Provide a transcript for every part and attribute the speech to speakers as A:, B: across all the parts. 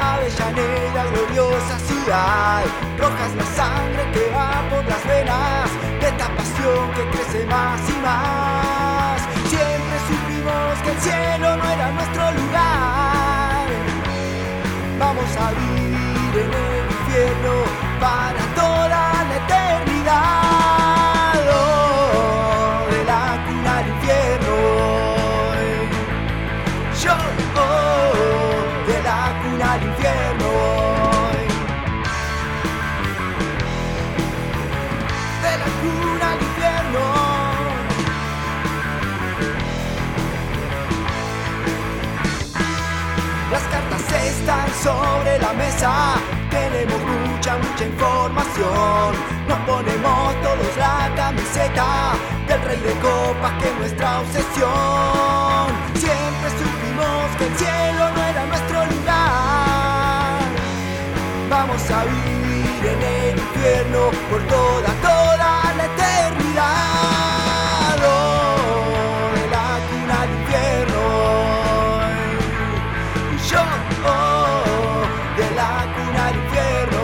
A: Avellaneda, gloriosa ciudad. Roja es la sangre que va por las venas de esta pasión que crece más y más. Siempre supimos que el cielo no era nuestro lugar. Vamos a vivir en el infierno para toda la eternidad. Oh, de la cuna al infierno. Yo, oh, de la cuna al infierno voy. De la cuna al infierno. Las cartas están sobre la mesa. Tenemos mucha, mucha información. Nos ponemos todos la camiseta del rey de copas que es nuestra obsesión. Siempre supimos que el cielo no era nuestro lugar. Vamos a vivir en el infierno por toda, toda la eternidad. Oh, de la cuna al infierno. Yo, oh, de la cuna al infierno.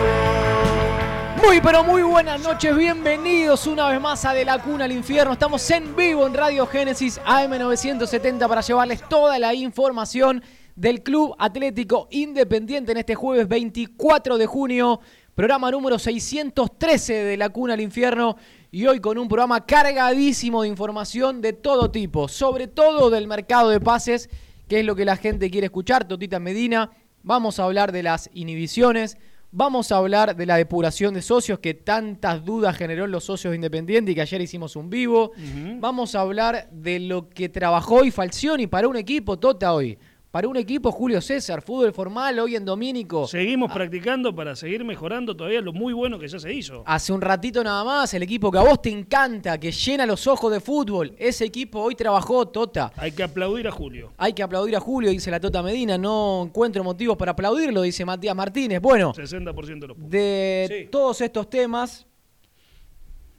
B: Muy, pero muy buenas noches, bienvenidos una vez más a De la Cuna al Infierno. Estamos en vivo en Radio Génesis AM970 para llevarles toda la información del Club Atlético Independiente en este jueves 24 de junio, programa número 613 de De la Cuna al Infierno y hoy con un programa cargadísimo de información de todo tipo, sobre todo del mercado de pases, que es lo que la gente quiere escuchar, Totita Medina, vamos a hablar de las inhibiciones, Vamos a hablar de la depuración de socios que tantas dudas generó en los socios independientes y que ayer hicimos un vivo. Vamos a hablar de lo que trabajó hoy Falcioni para un equipo, Tota, hoy. Para un equipo, Julio César, fútbol formal, hoy en Domínico.
C: Seguimos practicando para seguir mejorando todavía lo muy bueno que ya se hizo.
B: Hace un ratito nada más, el equipo que a vos te encanta, que llena los ojos de fútbol. Ese equipo hoy trabajó, Tota.
C: Hay que aplaudir a Julio.
B: Hay que aplaudir a Julio, dice la Tota Medina. No encuentro motivos para aplaudirlo, dice Matías Martínez. Bueno,
C: 60% de los puntos.
B: de
C: Sí.
B: todos estos temas,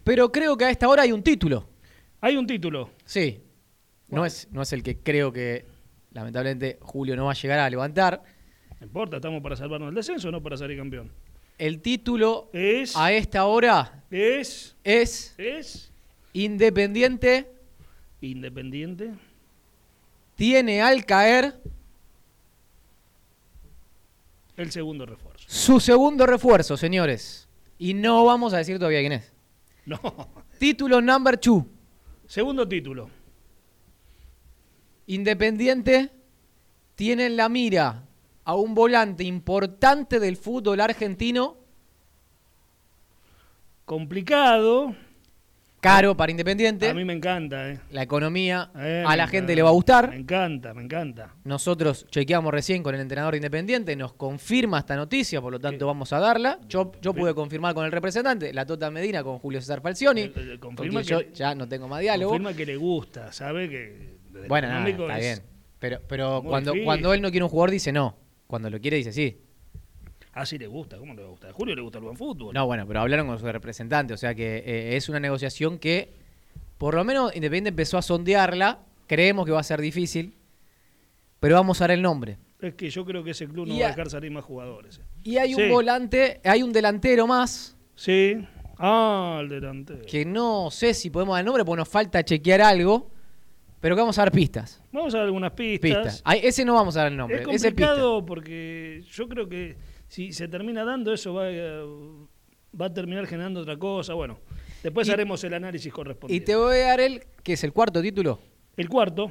B: pero creo que a esta hora hay un título.
C: Hay un título.
B: Sí. No, es, no es el que creo que, lamentablemente, Julio no va a llegar a levantar.
C: No importa, estamos para salvarnos el descenso, no para salir campeón.
B: El título
C: Es.
B: a esta hora
C: Es.
B: es
C: Es.
B: Independiente
C: Independiente.
B: tiene al caer
C: El segundo refuerzo.
B: su segundo refuerzo, señores. Y no vamos a decir todavía quién es.
C: No.
B: Título number two.
C: Segundo título.
B: Independiente tiene en la mira a un volante importante del fútbol argentino,
C: Complicado.
B: caro para Independiente,
C: A mí me encanta, ¿eh?
B: la economía
C: Eh,
B: a
C: me
B: la gente
C: encanta.
B: le va a gustar.
C: Me encanta, me encanta.
B: Nosotros chequeamos recién con el entrenador de Independiente, nos confirma esta noticia, por lo tanto vamos a darla. Yo, yo pude confirmar con el representante, la Tota Medina con Julio César Falcioni,
C: Eh, eh,
B: con
C: confirma
B: quien yo
C: que-
B: ya no tengo más diálogo.
C: Confirma que le gusta, sabe que. desde lo
B: Bueno, nada,
C: económico
B: está
C: es-
B: bien. Pero, pero
C: muy
B: cuando,
C: difícil.
B: cuando él no quiere un jugador dice no, cuando lo quiere dice sí.
C: Así le gusta, ¿cómo no le va a gustar? A Julio le gusta el buen fútbol.
B: No, bueno, pero hablaron con su representante, o sea que eh, es una negociación que por lo menos Independiente empezó a sondearla, creemos que va a ser difícil, pero vamos a dar el nombre.
C: Es que yo creo que ese club no
B: Y
C: va a
B: a-
C: dejar salir más jugadores. eh.
B: Y hay un
C: Sí.
B: volante, hay un delantero más,
C: Sí. Ah, el delantero.
B: que no sé si podemos dar el nombre porque nos falta chequear algo, pero que vamos a dar pistas.
C: Vamos a dar algunas pistas.
B: Pistas. Ahí- ese Ah, no vamos a dar el nombre.
C: es
B: ese pista.
C: complicado porque yo creo que si se termina dando eso va, a- va a terminar generando otra cosa. Bueno, después
B: Y-
C: haremos el análisis
B: Y
C: correspondiente.
B: te voy a dar el, que es el cuarto título.
C: El cuarto.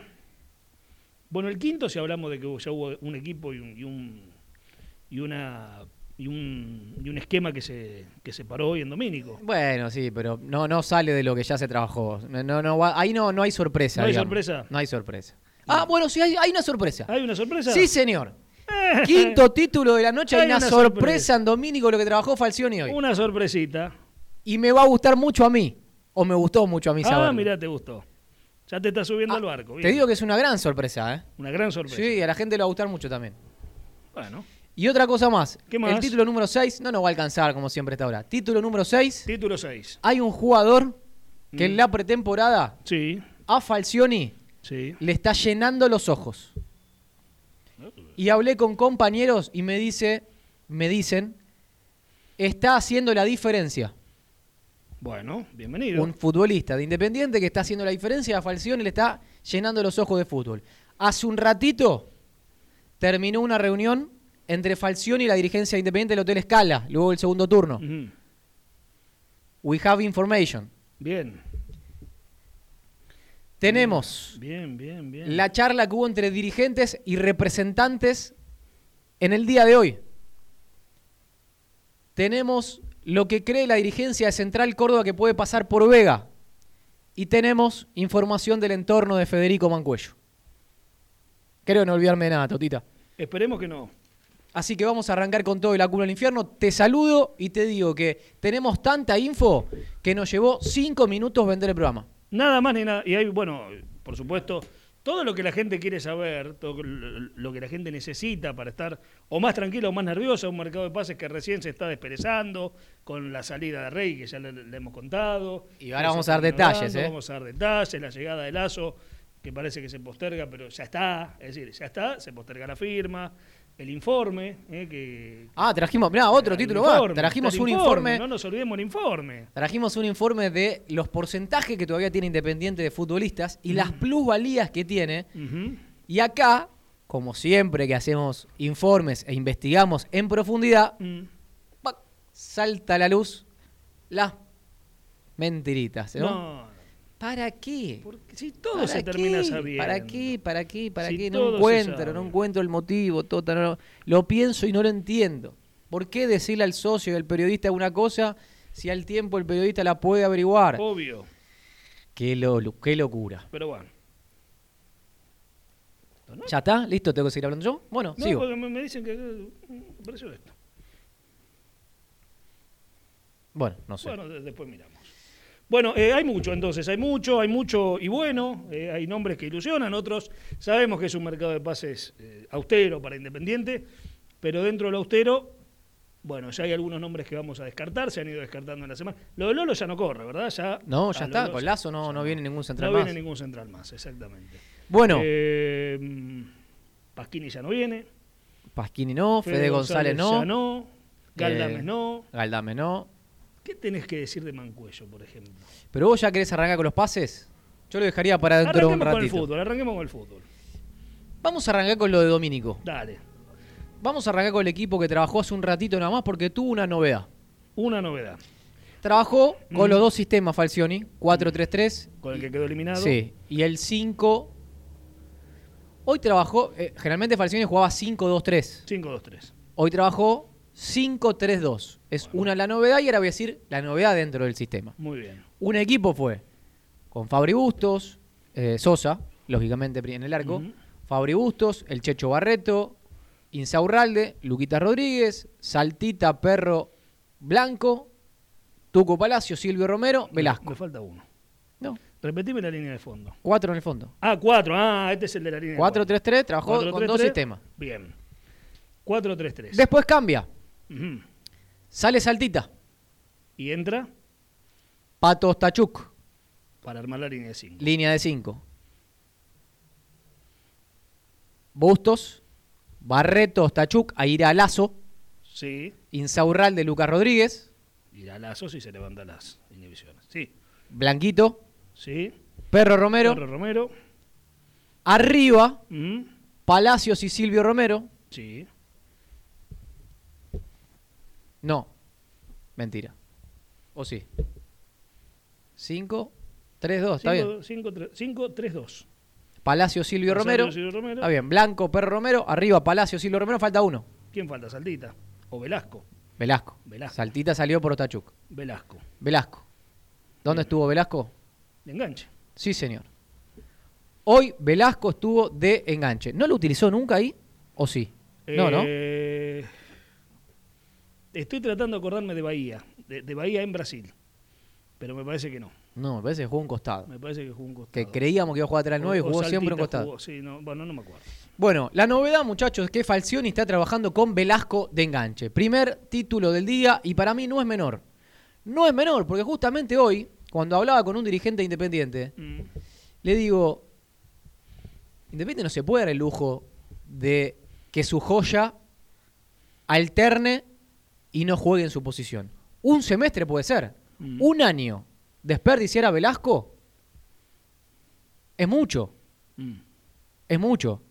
C: Bueno, el quinto si hablamos de que ya hubo un equipo y un y, un- y una y un, y un esquema que se que se paró hoy en Domínico.
B: Bueno, sí, pero no, no sale de lo que ya se trabajó. No, no, no va- ahí no, no hay sorpresa.
C: ¿No hay
B: digamos.
C: sorpresa?
B: No hay sorpresa. Ah, bueno, sí, hay, hay una sorpresa.
C: ¿Hay una sorpresa?
B: Sí, señor.
C: Eh,
B: Quinto título de la noche. Hay,
C: Hay
B: una,
C: una
B: sorpresa,
C: sorpresa.
B: en Domínico lo que trabajó Falcioni hoy.
C: Una sorpresita.
B: Y me va a gustar mucho a mí. O me gustó mucho a mí
C: Ah,
B: saberlo.
C: mirá, te gustó. Ya te estás subiendo al barco.
B: Ah, Te
C: bien.
B: digo que es una gran sorpresa, ¿eh?
C: Una gran sorpresa.
B: Sí, a la gente le va a gustar mucho también.
C: Bueno,
B: Y otra cosa más.
C: ¿Qué más?
B: El título número 6 no nos va a alcanzar, como siempre, hasta ahora. Título número 6.
C: título 6.
B: Hay un jugador que
C: Mm.
B: en la pretemporada
C: Sí,
B: a Falcioni
C: sí.
B: le está llenando los ojos. Y hablé con compañeros y me dice, me dicen, está haciendo la diferencia.
C: Bueno, bienvenido.
B: Un futbolista de Independiente que está haciendo la diferencia, a Falcione le está llenando los ojos de fútbol. Hace un ratito terminó una reunión entre Falcione y la dirigencia de Independiente del Hotel Escala, luego del segundo turno.
C: Ujú.
B: We have information.
C: Bien,
B: Tenemos
C: bien, bien, bien.
B: la charla que hubo entre dirigentes y representantes en el día de hoy. Tenemos lo que cree la dirigencia de Central Córdoba que puede pasar por Vega. Y tenemos información del entorno de Federico Mancuello. Creo no olvidarme de nada, Totita.
C: Esperemos que no.
B: Así que vamos a arrancar con todo y la cuna al infierno. Te saludo y te digo que tenemos tanta info que nos llevó cinco minutos vender el programa.
C: Nada más ni nada. Y hay, bueno, por supuesto, todo lo que la gente quiere saber, todo lo lo que la gente necesita para estar o más tranquila o más nerviosa, un mercado de pases que recién se está desperezando, con la salida de Rey, que ya le, le hemos contado.
B: Y ahora vamos a dar detalles, ¿eh?
C: Vamos a dar detalles, la llegada de Lazo, que parece que se posterga, pero ya está, es decir, ya está, se posterga la firma, el informe, ¿eh? que...
B: Ah, trajimos, mirá, otro
C: el
B: título más.
C: informe,
B: Trajimos
C: está
B: un
C: el
B: informe.
C: No nos olvidemos el informe.
B: Trajimos un informe de los porcentajes que todavía tiene Independiente de futbolistas y
C: Mm.
B: las plusvalías que tiene.
C: Ujú.
B: Y acá, como siempre que hacemos informes e investigamos en profundidad,
C: Mm.
B: ¡pac! salta a la luz las mentiritas. ¿no?
C: No,
B: ¿Para qué?
C: porque si todo
B: ¿Para
C: se
B: qué?
C: termina sabiendo.
B: ¿Para qué? ¿Para qué? ¿Para
C: Si
B: qué?
C: todo
B: No
C: se
B: encuentro,
C: sabe.
B: no encuentro el motivo, Tota. no lo- lo pienso y no lo entiendo. ¿Por qué decirle al socio y al periodista una cosa si al tiempo el periodista la puede averiguar?
C: Obvio,
B: Qué, lo- qué locura.
C: pero bueno.
B: ¿Ya está? ¿Listo? ¿Tengo que seguir hablando yo? Bueno,
C: No,
B: sigo.
C: porque me me dicen que mm, pareció esto.
B: Bueno, no sé.
C: Bueno, de- después miramos. Bueno, eh, hay mucho entonces, hay mucho, hay mucho y bueno, eh, hay nombres que ilusionan, otros sabemos que es un mercado de pases eh, austero para Independiente, pero dentro del austero, bueno, ya hay algunos nombres que vamos a descartar, se han ido descartando en la semana. Lo de Lolo ya no corre, ¿verdad? Ya,
B: no,
C: a
B: ya está.
C: Lolo
B: Con
C: ya-
B: Lazo no,
C: ya
B: no viene ningún central
C: No
B: más.
C: viene ningún central más, exactamente.
B: Bueno,
C: Eh, mm, Pasquini ya no viene.
B: Pasquini no, Fede, González,
C: ya
B: no,
C: no. Galdames
B: Eh,
C: no.
B: Galdame no.
C: ¿Qué tenés que decir de Mancuello, por ejemplo?
B: Pero vos ya querés arrancar con los pases. Yo lo dejaría para dentro de un
C: Arranquemos con el
B: ratito.
C: fútbol, arranquemos con el fútbol.
B: Vamos a arrancar con lo de Domínico.
C: Dale,
B: Vamos a arrancar con el equipo que trabajó hace un ratito nada más porque tuvo una novedad.
C: una novedad.
B: Trabajó con
C: Mm.
B: los dos sistemas Falcioni, 4-3-3.
C: Con el que quedó eliminado.
B: Sí, y el 5. Hoy trabajó, eh, generalmente Falcioni jugaba 5-2-3.
C: 5-2-3.
B: Hoy trabajó 5-3-2. Es una la novedad y ahora voy a decir la novedad dentro del sistema.
C: Muy bien.
B: Un equipo fue con Fabri Bustos, eh, Sosa, lógicamente pri- en el arco,
C: Ujú.
B: Fabri Bustos, el Checho Barreto, Insaurralde, Luquita Rodríguez, Saltita Perro Blanco, Tuco Palacio, Silvio Romero, Velasco.
C: Me falta uno.
B: No,
C: Repetime la línea de fondo.
B: cuatro en el fondo.
C: Ah, 4. Ah, este es el de la línea de fondo.
B: 4-3-3, trabajó con
C: 4-3-3.
B: dos sistemas.
C: Bien. 4-3-3.
B: Después cambia,
C: Ujú.
B: sale Saltita,
C: Y entra
B: Pato Stachuk,
C: para armar la línea de 5.
B: línea de 5. Bustos, Barreto, Stachuk, ahí irá Lazo,
C: Sí.
B: Insaurralde, Lucas Rodríguez,
C: Y a lazos y se levanta las inhibiciones. Sí.
B: Blanquito,
C: Sí.
B: Perro Romero,
C: Perro Romero.
B: arriba,
C: Mm,
B: Palacios y Silvio Romero.
C: Sí.
B: Ah, No, mentira. ¿O sí? 5, 3, 2, está bien.
C: 5-3-2.
B: Palacio, Silvio
C: Palacio,
B: Romero.
C: Silvio Romero.
B: Está bien, Blanco, Perro Romero, arriba, Palacio, Silvio Romero, falta uno.
C: ¿Quién falta? Saltita. O Velasco.
B: Velasco.
C: Velasco.
B: Saltita salió por Otachuk.
C: Velasco.
B: Velasco. ¿Dónde estuvo Velasco?
C: De enganche.
B: Sí, señor. Hoy Velasco estuvo de enganche. ¿No lo utilizó nunca ahí? ¿O sí? No, ¿no?
C: Eh, Estoy tratando de acordarme de Bahía. De, de Bahía en Brasil. Pero me parece que no.
B: No, me parece que jugó un costado.
C: Me parece que jugó un costado.
B: Que creíamos que iba a jugar atrás del 9 y
C: O- o
B: jugó siempre
C: Saltita
B: un costado.
C: jugó- sí, no, bueno, no me acuerdo.
B: Bueno, la novedad, muchachos, es que Falcioni está trabajando con Velasco de enganche. Primer título del día y para mí no es menor. No es menor, porque justamente hoy, cuando hablaba con un dirigente independiente,
C: Mm,
B: le digo, Independiente no se puede dar el lujo de que su joya alterne y no juegue en su posición. Un semestre puede ser.
C: Mm.
B: Un año desperdiciar a Velasco es mucho.
C: Mm.
B: Es mucho.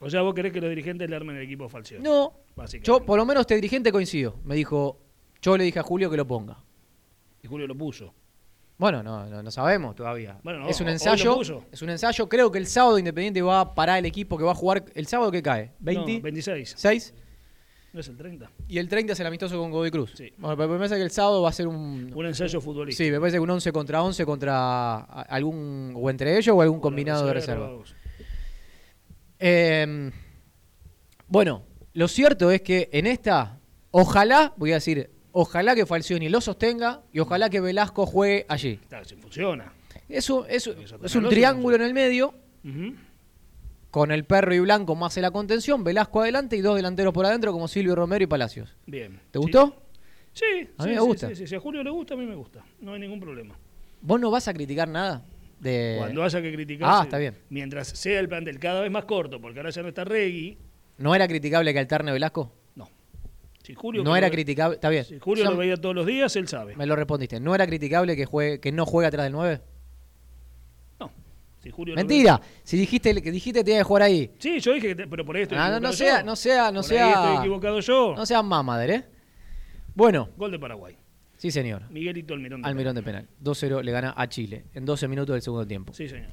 C: O sea, vos querés que los dirigentes le armen el equipo falseo.
B: No.
C: Básicamente.
B: Yo, por lo menos, este dirigente coincido. Me dijo, yo le dije a Julio que lo ponga.
C: Y Julio lo puso.
B: Bueno, no, no, no sabemos todavía.
C: Bueno, no,
B: es un
C: hoy lo
B: ensayo.
C: puso.
B: Es un ensayo. Creo que el sábado Independiente va a parar el equipo que va a jugar. ¿El sábado que cae?
C: No,
B: 20,
C: 26.
B: 6
C: No es el 30.
B: y el 30 es el amistoso con Godoy Cruz.
C: Sí.
B: Bueno, pero me parece que el sábado va a ser un.
C: Un ensayo futbolístico.
B: Sí, me parece que un 11 contra 11 contra a- algún. o entre ellos o algún combinado de reserva. Eh, bueno, lo cierto es que en esta, ojalá, voy a decir, ojalá que Falcioni lo sostenga y ojalá que Velasco juegue allí.
C: Está, sí, funciona.
B: Es un, es un-
C: Eso
B: es
C: tenés
B: un
C: lógica,
B: triángulo
C: sí.
B: en el medio,
C: Ujú.
B: con el perro y blanco más en la contención, Velasco adelante y dos delanteros por adentro como Silvio Romero y Palacios.
C: Bien.
B: ¿Te
C: Sí.
B: gustó?
C: Sí.
B: A
C: sí,
B: mí me
C: sí,
B: gusta.
C: sí, sí. Si a Julio le gusta, a mí me gusta. No hay ningún problema.
B: ¿Vos no vas a criticar nada? De...
C: Cuando haya que criticar.
B: Eh. Ah,
C: sí.
B: está bien.
C: Mientras sea el plantel cada vez más corto, porque ahora ya no está Regui.
B: ¿No era criticable que alterne Velasco?
C: No. Si Julio
B: no
C: que
B: era
C: lo ve-
B: criticable, está bien.
C: Si Julio
B: Ya
C: lo veía todos los días, él sabe.
B: Me lo respondiste. ¿No era criticable que, juegue, que no juegue atrás del 9?
C: No. Si Julio lo
B: Mentira, si dijiste que dijiste tenía que jugar ahí.
C: ve- Sí, yo dije que. te- Pero por esto.
B: Ah, no, no sea- no sea- no sea-
C: Estoy equivocado yo.
B: No seas mamader, ¿eh? Bueno,
C: Gol de Paraguay.
B: sí, señor.
C: Miguelito Almirón. de
B: Almirón de penal. 2-0 le gana a Chile en 12 minutos del segundo tiempo.
C: Paraguay. Sí, señor.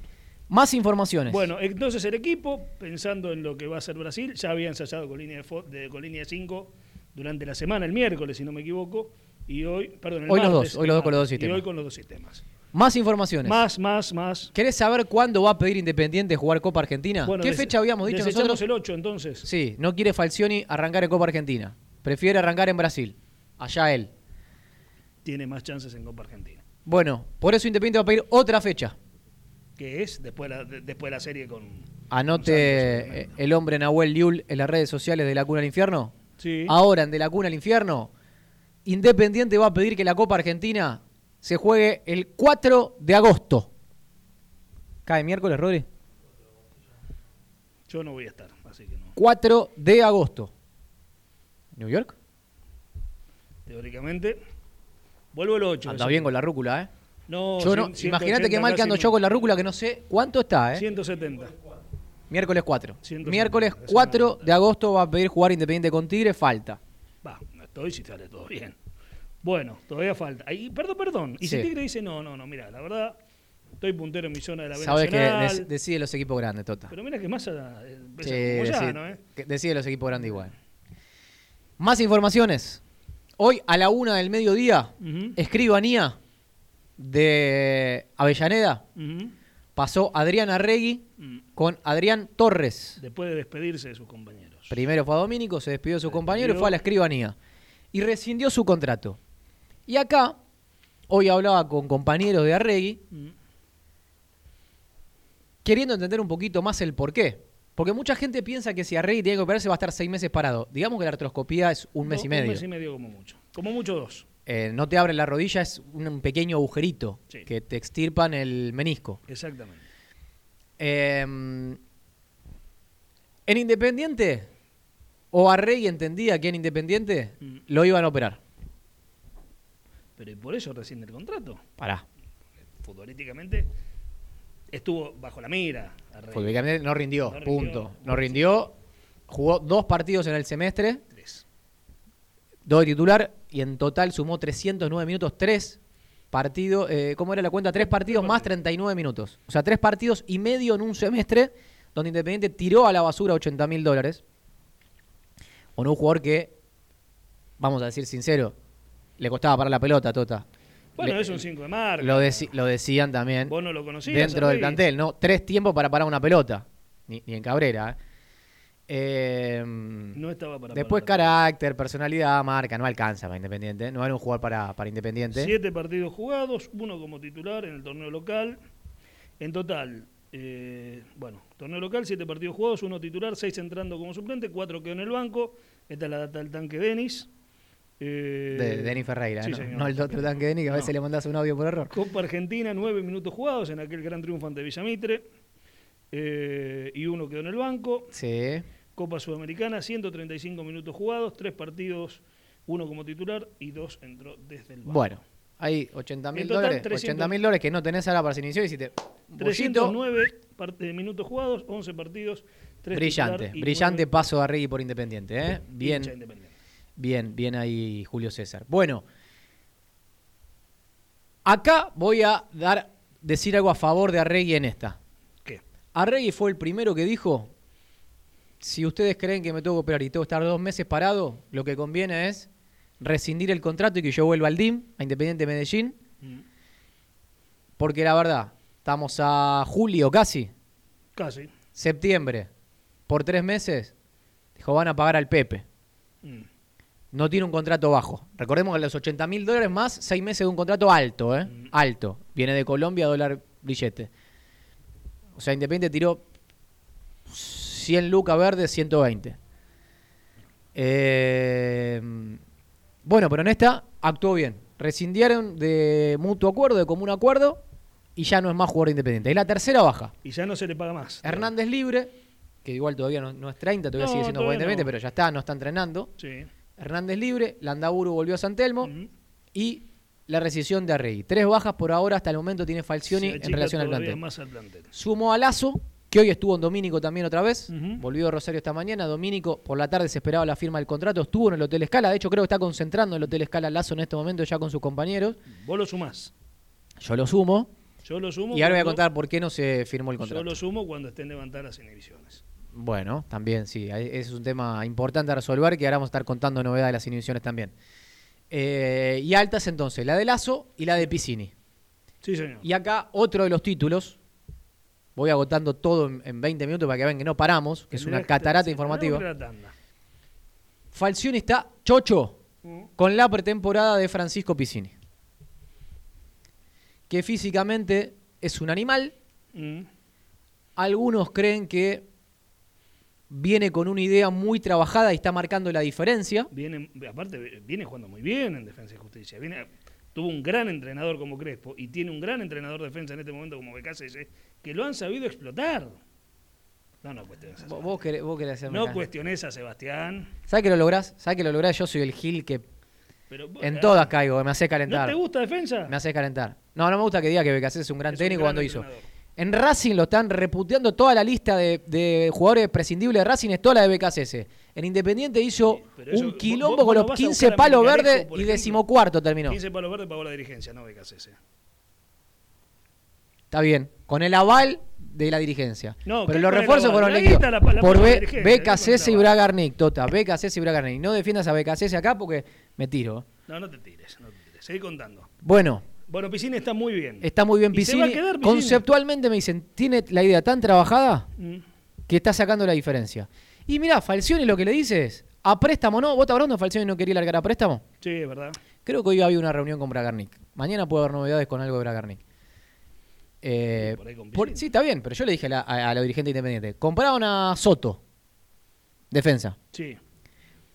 B: Más informaciones.
C: Bueno, entonces el equipo, pensando en lo que va a ser Brasil, ya había ensayado con línea de, fo- de- con línea de 5 durante la semana, el miércoles, si no me equivoco, y hoy, perdón, el
B: Hoy los
C: martes,
B: dos, hoy
C: el
B: los dos con los
C: martes,
B: dos sistemas.
C: Y hoy con los dos sistemas.
B: Más informaciones.
C: Más, más, más.
B: ¿Querés saber cuándo va a pedir Independiente jugar Copa Argentina?
C: Bueno,
B: Ah, ¿Qué
C: des-
B: fecha habíamos dicho
C: desechamos
B: nosotros?
C: el 8, entonces.
B: Sí, no quiere Falcioni arrancar en Copa Argentina. Prefiere arrancar en Brasil. Allá él.
C: Tiene más chances en Copa Argentina.
B: Bueno, por eso Independiente va a pedir otra fecha.
C: Que es después, la- de- después de la serie con.
B: Anote eh, el hombre Nahuel Liul en las redes sociales de La Cuna al Infierno.
C: Sí.
B: Ahora en De la Cuna al Infierno, Independiente va a pedir que la Copa Argentina se juegue el 4 de agosto. ¿Cae miércoles, Rodri?
C: Yo no voy a estar, así que no.
B: 4 de agosto. ¿New York?
C: Teóricamente. Vuelvo el 8.
B: Anda bien con la rúcula, ¿eh?
C: No,
B: Yo no,
C: cien-
B: imagínate que
C: 180
B: mal que ando
C: casi
B: yo
C: no.
B: con la rúcula, que no sé cuánto está, ¿eh?
C: 170.
B: Miércoles 4.
C: 150,
B: Miércoles
C: es una
B: 4
C: banda.
B: de agosto va a pedir jugar Independiente con Tigre, falta.
C: Va, no estoy si sale todo bien. Bueno, todavía falta. Y, perdón, perdón. Y
B: Sí.
C: si Tigre dice, no, no, no, mira, la verdad, estoy puntero en mi zona de la B
B: Sabes que
C: nacional,
B: des- decide los equipos grandes, Tota.
C: Pero mira que más eh, pesa
B: Sí,
C: como ya,
B: decide,
C: ¿no, eh?
B: que- decide los equipos grandes igual. Más informaciones. Hoy a la una del mediodía,
C: Ujú.
B: escribanía de Avellaneda
C: Ujú.
B: pasó Adrián Arregui
C: Mm.
B: con Adrián Torres.
C: Después de despedirse de sus compañeros.
B: Primero fue a Domínico, se despidió de su
C: Se
B: compañero y
C: despidió.
B: fue a la escribanía. Y rescindió su contrato. Y acá, hoy hablaba con compañeros de Arregui,
C: Mm.
B: queriendo entender un poquito más el por qué. Porque mucha gente piensa que si Arregui tiene que operarse va a estar seis meses parado. Digamos que la artroscopía es un mes
C: No,
B: y medio.
C: Un mes y medio como mucho. Como mucho dos.
B: Eh, no te abren la rodilla, es un un pequeño agujerito
C: Sí.
B: que te extirpan el menisco.
C: Exactamente.
B: Eh, en Independiente, o Arregui entendía que en Independiente
C: Mm.
B: lo iban a operar.
C: Pero y por eso rescinde el contrato.
B: Pará.
C: Futbolísticamente estuvo bajo la mira. a Reyes.
B: Futbolísticamente no rindió,
C: No rindió.
B: punto. No rindió. Jugó dos partidos en el semestre,
C: Tres.
B: dos de titular, y en total sumó 309 minutos, tres partidos, eh, ¿cómo era la cuenta? Tres partidos más 39 minutos. O sea, tres partidos y medio en un semestre donde Independiente tiró a la basura 80 mil dólares. Con un jugador que, vamos a decir sincero, le costaba parar la pelota, Tota.
C: Bueno,
B: Le-
C: es un 5 de marca.
B: lo, deci- lo decían también
C: Vos no lo conocías.
B: dentro del
C: Reyes.
B: plantel, ¿no? Tres tiempos para parar una pelota. Ni, ni en Cabrera. ¿eh? Em,
C: No estaba para
B: después
C: parar.
B: carácter, personalidad, marca. No alcanza para Independiente. ¿eh? No era un jugador para, para Independiente.
C: Siete partidos jugados, uno como titular en el torneo local. En total, eh, bueno, torneo local, siete partidos jugados, uno titular, seis entrando como suplente, cuatro quedó en el banco. Esta es la data del tanque Denis. Eh,
B: de Denis Ferreira,
C: sí,
B: ¿no?
C: señor.
B: No el otro tanque Denis que a veces le mandás un audio por error.
C: Copa Argentina, nueve minutos jugados en aquel gran triunfo ante Villamitre. Eh, y uno quedó en el banco.
B: Sí.
C: Copa Sudamericana, 135 minutos jugados, tres partidos, uno como titular y dos entró desde el banco.
B: Bueno, hay 80 mil
C: En total,
B: dólares,
C: 300.
B: 80 mil dólares que no tenés ahora para iniciar y si te... bollito,
C: 309 part- eh, minutos jugados, 11 partidos, tres
B: brillante,
C: titular y
B: brillante
C: nueve
B: paso de Arregui por Independiente, ¿eh?
C: hincha
B: Bien,
C: independiente.
B: bien, bien ahí Julio César. Bueno, acá voy a dar, decir algo a favor de Arregui en esta.
C: ¿Qué?
B: Arregui fue el primero que dijo, si ustedes creen que me tengo que operar y tengo que estar dos meses parado, lo que conviene es rescindir el contrato y que yo vuelva al DIM, a Independiente Medellín,
C: Mm,
B: porque la verdad, estamos a julio casi,
C: Casi.
B: septiembre, por tres meses, dijo, van a pagar al Pepe.
C: Mm,
B: No tiene un contrato bajo. Recordemos que los 80 mil dólares más, seis meses de un contrato alto, ¿eh?
C: Mm.
B: Alto. Viene de Colombia, dólar billete. O sea, Independiente tiró 100 lucas verdes, 120. Eh, bueno, pero en esta actuó bien. Rescindieron de mutuo acuerdo, de común acuerdo, y ya no es más jugador de independiente. Es la tercera baja.
C: Y ya no se le paga más.
B: Hernández libre, que igual todavía no, no es 30, todavía
C: No,
B: sigue siendo
C: todavía
B: 40 20,
C: no.
B: pero ya está, no está entrenando.
C: Sí.
B: Hernández libre, Landaburu volvió a San Telmo
C: Mm.
B: y la rescisión de Arregui. Tres bajas por ahora hasta el momento tiene
C: Se
B: Falcioni en
C: achica
B: relación al
C: todavía
B: plantel.
C: más al plantel.
B: Sumó a Lazo, que hoy estuvo en Domínico también otra vez.
C: Ujú.
B: Volvió de Rosario esta mañana. Domínico por la tarde se esperaba la firma del contrato. Estuvo en el Hotel Escala. De hecho, creo que está concentrando en el Hotel Escala Lazo en este momento ya con sus compañeros.
C: Vos lo sumás.
B: Yo lo sumo.
C: Yo lo sumo.
B: Y ahora voy a
C: cuando-
B: contar por qué no se firmó el
C: Yo
B: contrato.
C: lo sumo cuando estén levantadas las inhibiciones.
B: Bueno, también, sí. ahí- ese Es un tema importante a resolver que ahora vamos a estar contando novedades de las inhibiciones también. Eh, y altas entonces, la de Lazo y la de Piscini.
C: Sí, señor.
B: Y acá otro de los títulos. Voy agotando todo en, en 20 minutos para que vean que no paramos, que es una
C: Tendrías
B: catarata
C: sí,
B: informativa.
C: tenemos que ir a la tanda.
B: Falcioni está chocho
C: Mm.
B: con la pretemporada de Francisco Piscini. Que físicamente es un animal.
C: Mm.
B: Algunos creen que viene con una idea muy trabajada y está marcando la diferencia.
C: Viene, aparte, viene jugando muy bien en Defensa y Justicia. Viene, tuvo un gran entrenador como Crespo y tiene un gran entrenador de defensa en este momento como Becasese, que lo han sabido explotar. No, no cuestiones a
B: Vos,
C: Sebastián.
B: vos querés, vos querés hacerme
C: No
B: acá.
C: cuestiones a Sebastián.
B: ¿Sabés que lo lográs? ¿Sabés que lo lográs? Yo soy el Gil que
C: Pero, vos- eh,
B: en todas caigo, que me hace
C: ¿No
B: calentar.
C: te gusta defensa?
B: Me hace calentar. No, no me gusta que diga que Becasés es un gran
C: Es un
B: técnico
C: gran
B: cuando hizo.
C: entrenador.
B: En Racing lo están reputeando toda la lista de, de jugadores prescindibles de Racing, es toda la de Becasese. En Independiente hizo
C: pero eso-
B: un
C: vos-
B: quilombo
C: vos
B: con
C: no
B: los
C: vas a
B: 15
C: buscar a
B: palos
C: Melgarejo,
B: verdes
C: por
B: y
C: ejemplo.
B: decimocuarto terminó.
C: 15 palos verdes pagó la dirigencia, no Becasese.
B: Está bien. Con el aval de la dirigencia.
C: No,
B: Pero
C: ¿qué
B: los
C: con el
B: refuerzos
C: aval?
B: fueron
C: La
B: elegidos
C: guita la-
B: por
C: la pone la
B: Be-
C: dirigencia,
B: Becasese y
C: no con el
B: Bragarnik, Tota. Becasese y Bragarnik. No defiendas a Becasese acá porque me tiro.
C: No, no te tires, no te tires. Seguí contando.
B: Bueno,
C: Bueno, Piscina está muy bien.
B: está muy bien
C: Y se va a
B: Piscini.
C: quedar Piscini.
B: Conceptualmente me dicen, tiene la idea tan trabajada
C: Mm.
B: que está sacando la diferencia. Y mirá, Falcioni lo que le dice es, a préstamo no, vos te hablando Falcioni no quería largar a préstamo.
C: Sí, es verdad.
B: Creo que hoy había una reunión con Bragarnik. Mañana puede haber novedades con algo de Bragarnik. Eh,
C: Por ahí con
B: por-
C: Piscina.
B: sí, está bien, pero yo le dije a la, a- a la dirigente independiente, compraron a Soto, defensa.
C: Sí,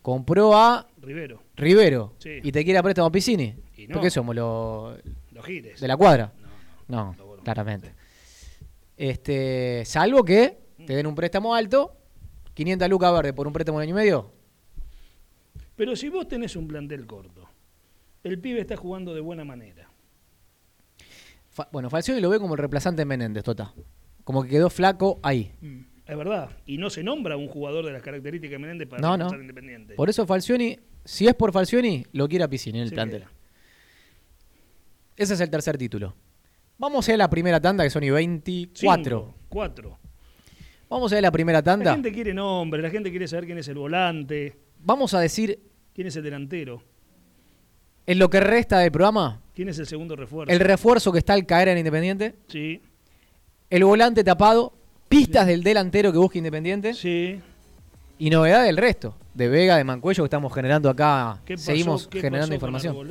B: Compró a
C: Rivero,
B: Rivero
C: Sí.
B: y te quiere a préstamo a Piscini.
C: Y no.
B: Porque somos los
C: los gires.
B: de la cuadra.
C: No, no.
B: No,
C: No, bueno,
B: claramente. Este, salvo que te den un préstamo alto, 500 lucas verde por un préstamo de año y medio.
C: Pero si vos tenés un plantel corto, el pibe está jugando de buena manera.
B: Fa- bueno, Falcioni lo ve como el reemplazante de Menéndez, Tota. Como que quedó flaco ahí.
C: Es verdad. Y no se nombra un jugador de las características de Menéndez para
B: No,
C: reemplazar
B: no.
C: a independiente.
B: Por eso Falcioni, si es por Falcioni, lo quiere a Piscini en el
C: Se
B: plantel.
C: queda.
B: Ese es el tercer título. Vamos a ir a la primera tanda, que son y 24.
C: Cinco, cuatro.
B: Vamos a ir a la primera
C: La
B: tanda.
C: gente quiere nombre, la gente quiere saber quién es el volante,
B: Vamos a decir,
C: quién es el delantero,
B: en lo que resta del programa,
C: quién es el segundo refuerzo.
B: el refuerzo que está al caer en Independiente.
C: sí,
B: el volante tapado, pistas del delantero que busca Independiente
C: sí.
B: y novedad del resto, de Vega, de Mancuello que estamos generando acá,
C: ¿Qué pasó-
B: seguimos
C: qué pasó
B: generando
C: con
B: información. Con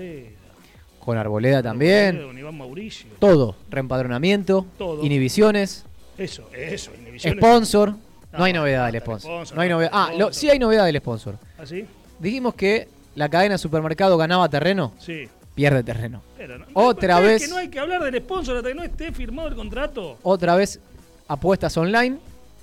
C: Arboleda?
B: Arboleda, también,
C: Con Iván Mauricio.
B: todo, reempadronamiento,
C: Todo.
B: inhibiciones,
C: Eso, eso. inhibiciones.
B: sponsor, no,
C: No,
B: hay novedad
C: basta
B: del
C: de
B: sponsor.
C: sponsor,
B: no hay novedad.
C: basta
B: Ah,
C: de
B: lo-
C: sponsor.
B: sí hay novedad del sponsor.
C: ¿Ah, sí?
B: Dijimos que la cadena supermercado ganaba terreno,
C: Sí.
B: pierde terreno.
C: Pero no-
B: Otra
C: ¿Ustedes
B: vez.
C: Que no hay que hablar del sponsor hasta que no esté firmado el contrato.
B: Otra vez apuestas online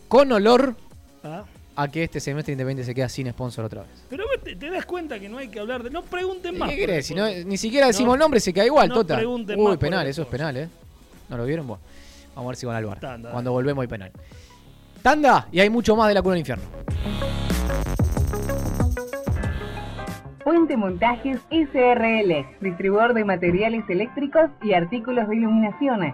B: con olor
C: Ah,
B: a que este semestre Independiente se queda sin sponsor otra vez.
C: Pero vos te, te das cuenta que no hay que hablar de. No pregunten más.
B: ¿Qué
C: por-
B: querés? Si
C: por-
B: no- eh, ni siquiera decimos
C: No,
B: nombre, se queda igual,
C: no
B: Tota.
C: pregunten más
B: Uy,
C: por
B: penal,
C: el
B: eso es
C: sponsor.
B: penal, ¿eh? ¿No lo vieron? Bueno, vamos a ver si van al bar.
C: Tanda, dale.
B: Cuando volvemos hay penal. Tanda, y hay mucho más de la cuna del infierno.
D: Puente Montajes SRL, distribuidor de materiales eléctricos y artículos de iluminación.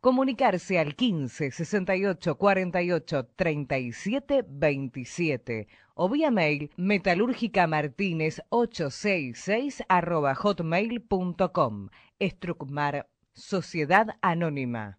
E: Comunicarse al 15 68 48 37 27 o vía mail metalúrgica martínez 866 arroba hotmail.com. Estrucmar Sociedad Anónima.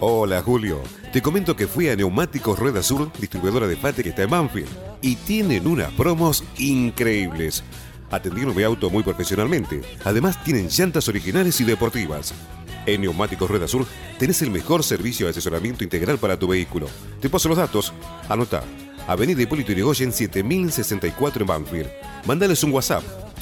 F: Hola Julio, te comento que fui a Neumáticos Rueda Sur, distribuidora de Pate que está en Banfield, y tienen unas promos increíbles. Atendieron mi auto muy profesionalmente, además tienen llantas originales y deportivas. En Neumáticos Rueda Sur tenés el mejor servicio de asesoramiento integral para tu vehículo. Te paso los datos, anota. Avenida Hipólito Yrigoyen 7064 en Banfield. Mándales un WhatsApp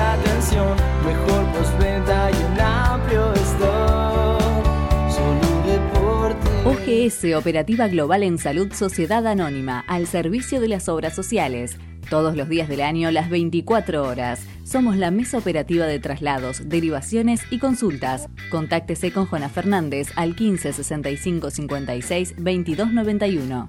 A: atención, mejor postventa y un amplio stock. Solo Deportes.
G: Oh, OGS Operativa Global en Salud Sociedad Anónima, al servicio de las obras sociales. Todos los días del año, las 24 horas. Somos la mesa operativa de traslados, derivaciones y consultas. Contáctese con Juana Fernández al 15 65 56 22 91.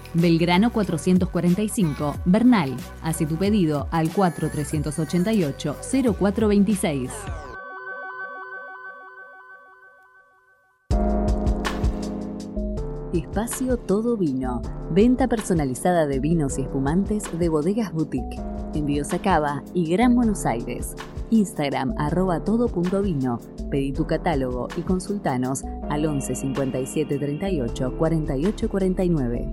G: Belgrano 445, Bernal. Hace tu pedido al 4388-0426. Espacio Todo Vino. Venta personalizada de vinos y espumantes de bodegas boutique. Envíos a Cava y Gran Buenos Aires. Instagram arroba todo.vino. Pedí tu catálogo y consultanos al 11 57 38 48 49.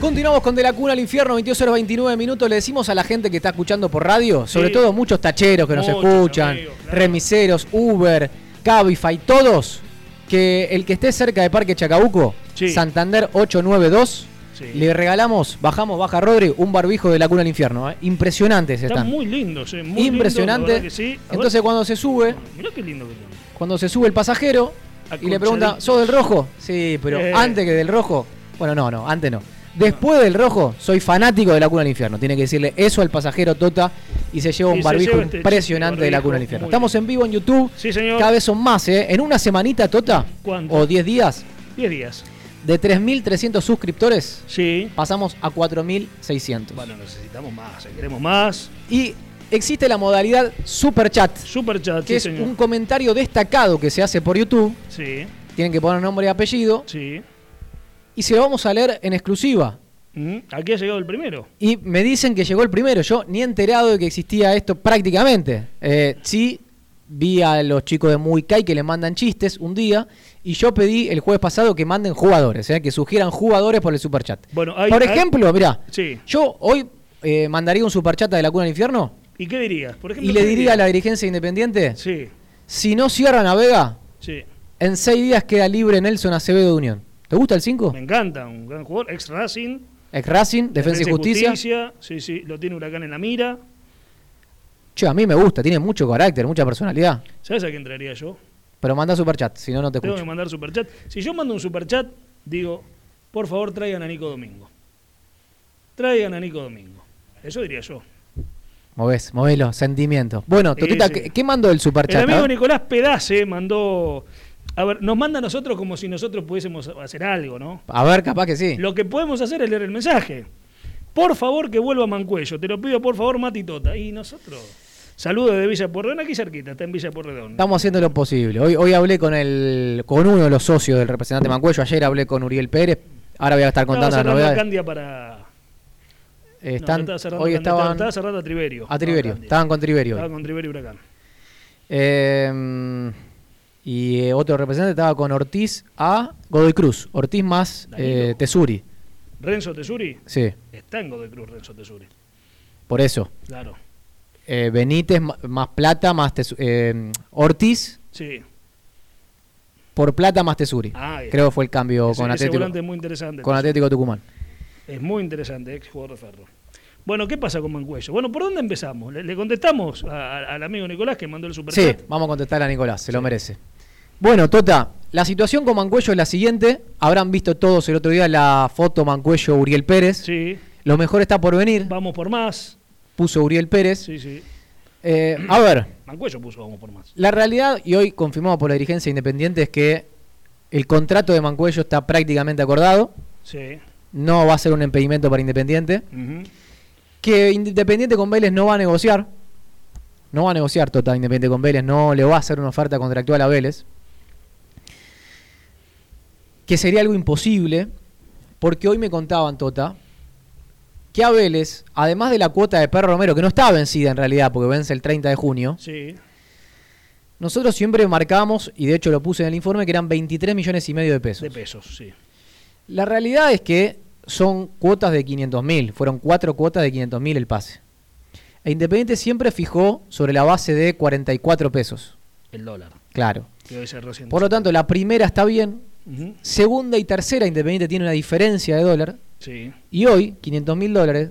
B: Continuamos con De la Cuna al Infierno, 22 horas 29 minutos. Le decimos a la gente que está escuchando por radio, sobre
C: Sí.
B: todo muchos tacheros que nos
C: Muchos
B: escuchan,
C: amigos, claro.
B: remiseros, Uber, Cabify, todos, que el que esté cerca de Parque Chacabuco,
C: Sí.
B: Santander 892,
C: Sí.
B: Le regalamos, bajamos, baja Rodri, un barbijo de la cuna al infierno. ¿eh? Impresionantes
C: Están
B: están.
C: muy lindos, eh, muy
B: Impresionante.
C: lindos, la verdad que sí. A ver,
B: Entonces cuando se sube,
C: mirá qué lindo que tiene.
B: cuando se sube el pasajero y le pregunta,
C: Acolchaditos.
B: ¿sos del rojo? Sí, pero
C: Eh.
B: antes que del rojo, bueno, no, no, antes no. Después del rojo, soy fanático de la cuna al infierno. Tiene que decirle eso al pasajero Tota y se lleva
C: Y
B: un
C: se
B: barbijo
C: lleva este
B: impresionante
C: chico
B: de la
C: barbijo,
B: cuna al infierno.
C: muy
B: Estamos en vivo en YouTube.
C: Sí, señor.
B: Cada vez son más, ¿eh? En una semanita, Tota,
C: ¿Cuánto?
B: o 10 días,
C: 10 días.
B: de 3.300 suscriptores,
C: Sí.
B: pasamos a 4.600.
C: Bueno, necesitamos más, eh, queremos más.
B: Y existe la modalidad Super Chat,
C: Super chat,
B: que es
C: sí, señor.
B: un comentario destacado que se hace por YouTube.
C: Sí,
B: Tienen que poner nombre y apellido.
C: sí.
B: Y se lo vamos a leer en exclusiva.
C: Mm, Aquí ha llegado el primero.
B: Y me dicen que llegó el primero. Yo ni enterado de que existía esto prácticamente. Eh, sí, vi a los chicos de Muicay que le mandan chistes un día. Y yo pedí el jueves pasado que manden jugadores, eh, que sugieran jugadores por el superchat.
C: Bueno, hay-
B: por
C: hay-
B: ejemplo, mirá,
C: Sí.
B: yo hoy eh, mandaría un superchat a de la cuna del infierno
C: ¿Y qué dirías? Por ejemplo,
B: y le
C: ¿qué
B: diría a la dirigencia independiente,
C: Sí,
B: si no cierran a Vega,
C: sí.
B: en seis días queda libre Nelson Acevedo de Unión. ¿Te gusta el 5?
C: Me encanta, un gran jugador. Ex Racing.
B: Ex Racing, Defensa y Justicia.
C: Sí, sí. Lo tiene Huracán en la mira.
B: Che, a mí me gusta, tiene mucho carácter, mucha personalidad.
C: ¿Sabes a qué entraría yo?
B: Pero manda superchat, si no, no te
C: Tengo que
B: escucho.
C: mandar superchat. Si yo mando un superchat, digo, por favor traigan a Nico Domingo. Traigan a Nico Domingo. Eso diría yo.
B: Movés, movelo, sentimiento. Bueno,
C: Sí,
B: Totita,
C: sí.
B: ¿qué, qué mandó el
C: El
B: superchat?
C: amigo
B: ah?
C: Nicolás Pedace mandó. A ver, nos manda a nosotros como si nosotros pudiésemos hacer algo, ¿no?
B: A ver, capaz que sí.
C: Lo que podemos hacer es leer el mensaje. Por favor, que vuelva Mancuello. Te lo pido, por favor, Mati Tota. Y nosotros. Saludos de Villa Porredón, aquí cerquita, está en Villa Porredón.
B: Estamos haciendo lo posible. Hoy, hoy hablé con el con uno de los socios del representante Mancuello. Ayer hablé con Uriel Pérez. Ahora voy a estar contando las
C: Estaba cerrando a
B: novedades.
C: Candia para.
B: Eh,
C: no,
B: están-
C: no estaba cerrando
B: hoy
C: Candia, estaba-
B: estaban
C: estaba cerrando a Triverio.
B: a Triverio.
C: No, Candia.
B: Estaban con Triverio. hoy.
C: Estaba con Triverio y Huracán.
B: Eh, y eh, otro representante estaba con Ortiz a Godoy Cruz. Ortiz más eh, Tesuri.
C: Renzo Tesuri.
B: Sí,
C: Está en Godoy Cruz, Renzo Tesuri.
B: por eso.
C: Claro.
B: Eh, Benítez ma- más Plata más Tesu- eh, Ortiz
C: Sí.
B: por Plata más Tesuri.
C: Ah, bien.
B: Creo fue el cambio
C: Ese-
B: con
C: ese
B: Atlético,
C: volante es muy interesante.
B: con Atlético Tucumán.
C: Es muy interesante, ex jugador de ferro. Bueno, ¿qué pasa con Mancuello? Bueno, ¿por dónde empezamos? ¿Le, le contestamos a- a- al amigo Nicolás que mandó el
B: Sí,
C: superchat?
B: vamos a contestar a Nicolás, se lo merece. Bueno, Tota, la situación con Mancuello es la siguiente. Habrán visto todos el otro día la foto Mancuello-Uriel Pérez.
C: Sí.
B: Lo mejor está por venir,
C: Vamos por más.
B: puso Uriel Pérez.
C: Sí, sí.
B: Eh, a ver,
C: Mancuello puso vamos por más.
B: La realidad, y hoy confirmado por la dirigencia independiente, es que el contrato de Mancuello está prácticamente acordado.
C: Sí.
B: No va a ser un impedimento para Independiente.
C: Ujú.
B: Que Independiente con Vélez no va a negociar. No va a negociar total Independiente con Vélez. No le va a hacer una oferta contractual a Vélez. Que sería algo imposible. Porque hoy me contaban, Tota, que a Vélez, además de la cuota de Perro Romero, que no está vencida en realidad, porque vence el 30 de junio,
C: Sí.
B: nosotros siempre marcamos, y de hecho lo puse en el informe, que eran 23 millones y medio de pesos.
C: De pesos, sí.
B: La realidad es que son cuotas de 500 mil, fueron cuatro cuotas de 500 mil el pase. E Independiente siempre fijó sobre la base de 44 pesos,
C: El dólar.
B: claro.
C: Que hoy se recién.
B: Por lo tanto, la primera está bien,
C: Ujú.
B: segunda y tercera Independiente tiene una diferencia de dólar,
C: Sí.
B: y hoy 500 mil dólares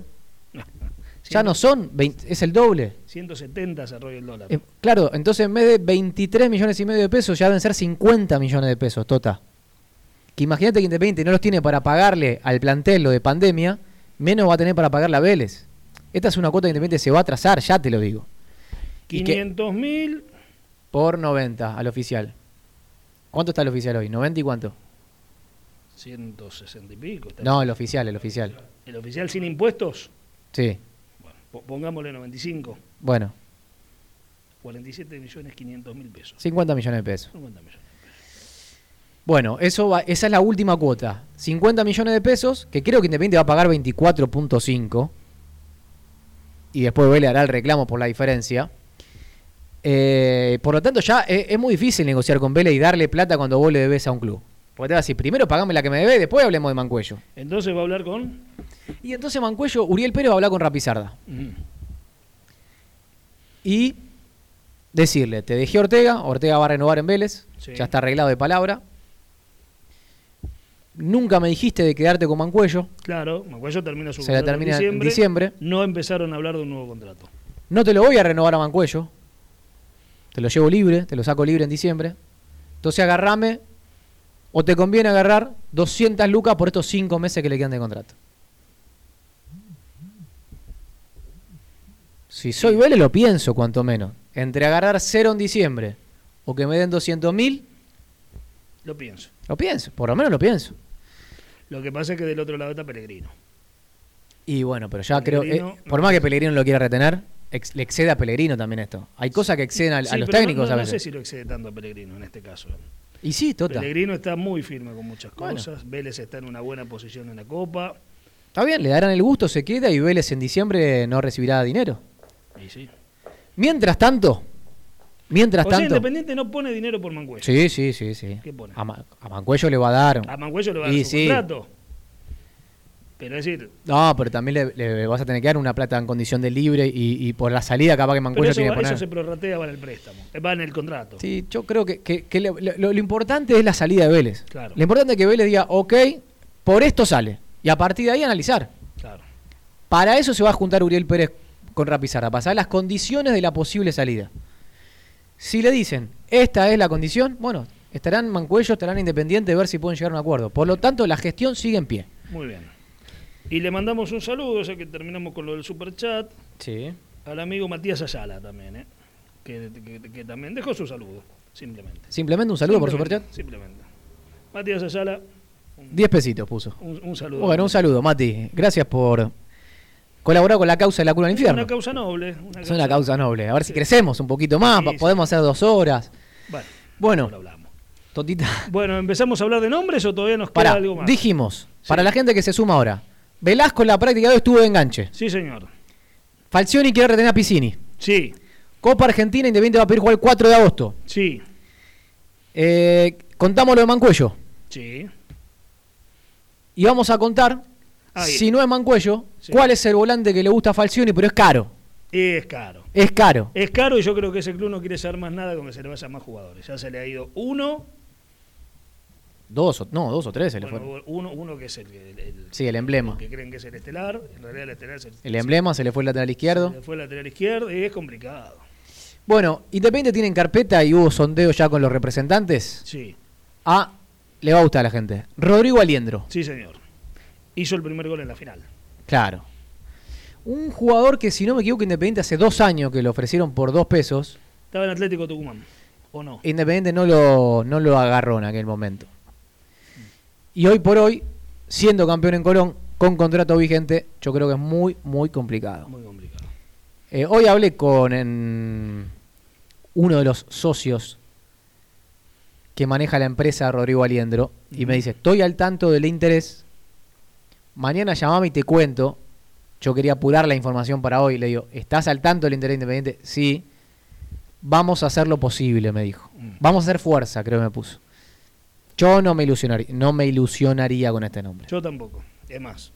B: ya no son, 20 es el doble.
C: 170 se arrolla el dólar.
B: Eh, claro, entonces en vez de 23 millones y medio de pesos, ya deben ser 50 millones de pesos, Tota. Que imagínate que Independiente no los tiene para pagarle al plantel lo de pandemia, menos va a tener para pagarle a Vélez. Esta es una cuota que Independiente se va a atrasar, ya te lo digo. y que-
C: 500 mil.
B: Por 90 al oficial. ¿Cuánto está el oficial hoy? ¿90 y cuánto?
C: 160 y pico. está.
B: No, el oficial, el oficial.
C: El oficial sin impuestos.
B: Sí,
C: po- Pongámosle 95.
B: bueno,
C: 47 millones 500 mil pesos.
B: 50 millones de pesos.
C: 50 millones.
B: Bueno, eso va- esa es la última cuota. 50 millones de pesos, que creo que Independiente va a pagar 24.5. Y después Vélez hará el reclamo por la diferencia. Eh, por lo tanto, ya es, es muy difícil negociar con Vélez y darle plata cuando vos le debes a un club. Porque te va a decir, primero pagame la que me debes, después hablemos de Mancuello.
C: Entonces va a hablar con.
B: Y entonces Mancuello, Uriel Pérez va a hablar con Rapizarda.
C: Ujú.
B: Y decirle, te dejé a Ortega, Ortega va a renovar en Vélez,
C: Sí.
B: ya está arreglado de palabra. Nunca me dijiste de quedarte con Mancuello.
C: Claro, Mancuello termina su
B: Se la
C: contrato
B: termina en diciembre.
C: No empezaron a hablar de un nuevo contrato.
B: No te lo voy a renovar a Mancuello. Te lo llevo libre, te lo saco libre en diciembre. Entonces agarrame, o te conviene agarrar 200 lucas por estos 5 meses que le quedan de contrato. Si soy Vélez lo pienso, cuanto menos. Entre agarrar cero en diciembre o que me den 200 mil,
C: Lo pienso.
B: lo pienso, por lo menos lo pienso.
C: Lo que pasa es que del otro lado está Pellegrino.
B: Y bueno, pero ya creo,
C: Pellegrino,
B: eh, por más que Pellegrino lo quiera retener, ex- le excede a Pellegrino también esto. Hay cosas que exceden a, a
C: Sí, pero
B: los
C: no-
B: técnicos
C: no,
B: a
C: no
B: veces.
C: sé si lo excede tanto a Pellegrino en este caso.
B: Y sí, total.
C: Pellegrino está muy firme con muchas
B: Bueno.
C: cosas. Vélez está en una buena posición en la Copa.
B: Está bien, le darán el gusto, se queda y Vélez en diciembre no recibirá dinero.
C: Y sí.
B: Mientras tanto, mientras
C: O sea,
B: tanto.
C: Independiente no pone dinero por Mancuello.
B: Sí, sí, sí, sí.
C: ¿Qué pone?
B: A, Ma- a Mancuello le va a dar.
C: A Mancuello le va a
B: Y
C: dar su
B: sí.
C: contrato. Pero es decir,
B: No, pero también le, le vas a tener que dar una plata en condición de libre y, y por la salida capaz que
C: pero
B: Mancuello
C: eso,
B: tiene
C: va-
B: que poner.
C: eso se prorratea, va en el préstamo. eh, Va en el contrato.
B: Sí, yo creo que, que- que le- lo, lo importante es la salida de Vélez.
C: Claro.
B: Lo importante es que Vélez diga, ok, por esto sale. Y a partir de ahí analizar.
C: Claro.
B: Para eso se va a juntar Uriel Pérez con Rapizarra, para saber las condiciones de la posible salida. Si le dicen, esta es la condición, bueno, estarán Mancuello, estarán Independiente, ver si pueden llegar a un acuerdo. Por lo tanto, la gestión sigue en pie.
C: Muy bien. Y le mandamos un saludo, ya que terminamos con lo del superchat,
B: Sí.
C: al amigo Matías Ayala también, ¿eh? que, que- que también dejó su saludo, simplemente.
B: Simplemente un saludo por
C: Simplemente,
B: Superchat.
C: Simplemente. Matías Ayala,
B: 10 pesitos puso.
C: un, un saludo.
B: Bueno, un saludo, Mati. Gracias por colaborar con la causa de la cura del infierno.
C: Una causa noble. Una
B: Es una causa noble. A ver si crecemos un poquito más,
C: Sí,
B: pa-
C: sí.
B: podemos hacer dos horas.
C: Bueno,
B: Bueno,
C: lo hablamos.
B: Totita.
C: Bueno, ¿empezamos a hablar de nombres o todavía nos queda
B: Pará,
C: algo más?
B: dijimos, para la gente que se suma ahora, Velasco en la práctica de hoy estuvo de enganche.
C: Sí, señor.
B: Falcioni quiere retener a Piscini.
C: Sí,
B: Copa Argentina Independiente va a pedir jugar el 4 de agosto.
C: sí,
B: Eh, contamos lo de Mancuello.
C: sí.
B: Y vamos a contar,
C: Ahí.
B: si no es Mancuello,
C: Sí.
B: cuál es el volante que le gusta a Falcioni, pero es caro.
C: Es caro.
B: Es caro.
C: Es caro y yo creo que ese club no quiere saber más nada con que se le vayan más jugadores. Ya se le ha ido uno,
B: Dos o, no, dos o tres se le
C: bueno,
B: fueron.
C: uno, uno que es el, el- el-
B: Sí, el emblema.
C: que creen que es el estelar. En realidad el estelar es el,
B: El emblema se le fue el lateral izquierdo.
C: se le fue el lateral izquierdo y es complicado.
B: Bueno, Independiente tiene en carpeta y hubo sondeo ya con los representantes.
C: Sí,
B: Ah, le va a gustar a la gente. Rodrigo Aliendro.
C: sí señor. Hizo el primer gol en la final.
B: Claro. Un jugador que, si no me equivoco, Independiente hace dos años que lo ofrecieron por dos pesos.
C: Estaba en Atlético Tucumán, ¿o no?
B: Independiente no lo, no lo agarró en aquel momento. Y hoy por hoy, siendo campeón en Colón, con contrato vigente, yo creo que es muy, muy complicado.
C: Muy complicado.
B: Eh, hoy hablé con en, uno de los socios que maneja la empresa, Rodrigo Aliendro, y me dice, estoy al tanto del interés, mañana llamame y te cuento, yo quería apurar la información para hoy, le digo, ¿estás al tanto del interés independiente? Sí, vamos a hacer lo posible, me dijo.
C: Mm.
B: Vamos a hacer fuerza, creo que me puso. Yo no me ilusionaría, no me ilusionaría con este nombre.
C: Yo tampoco. Es más,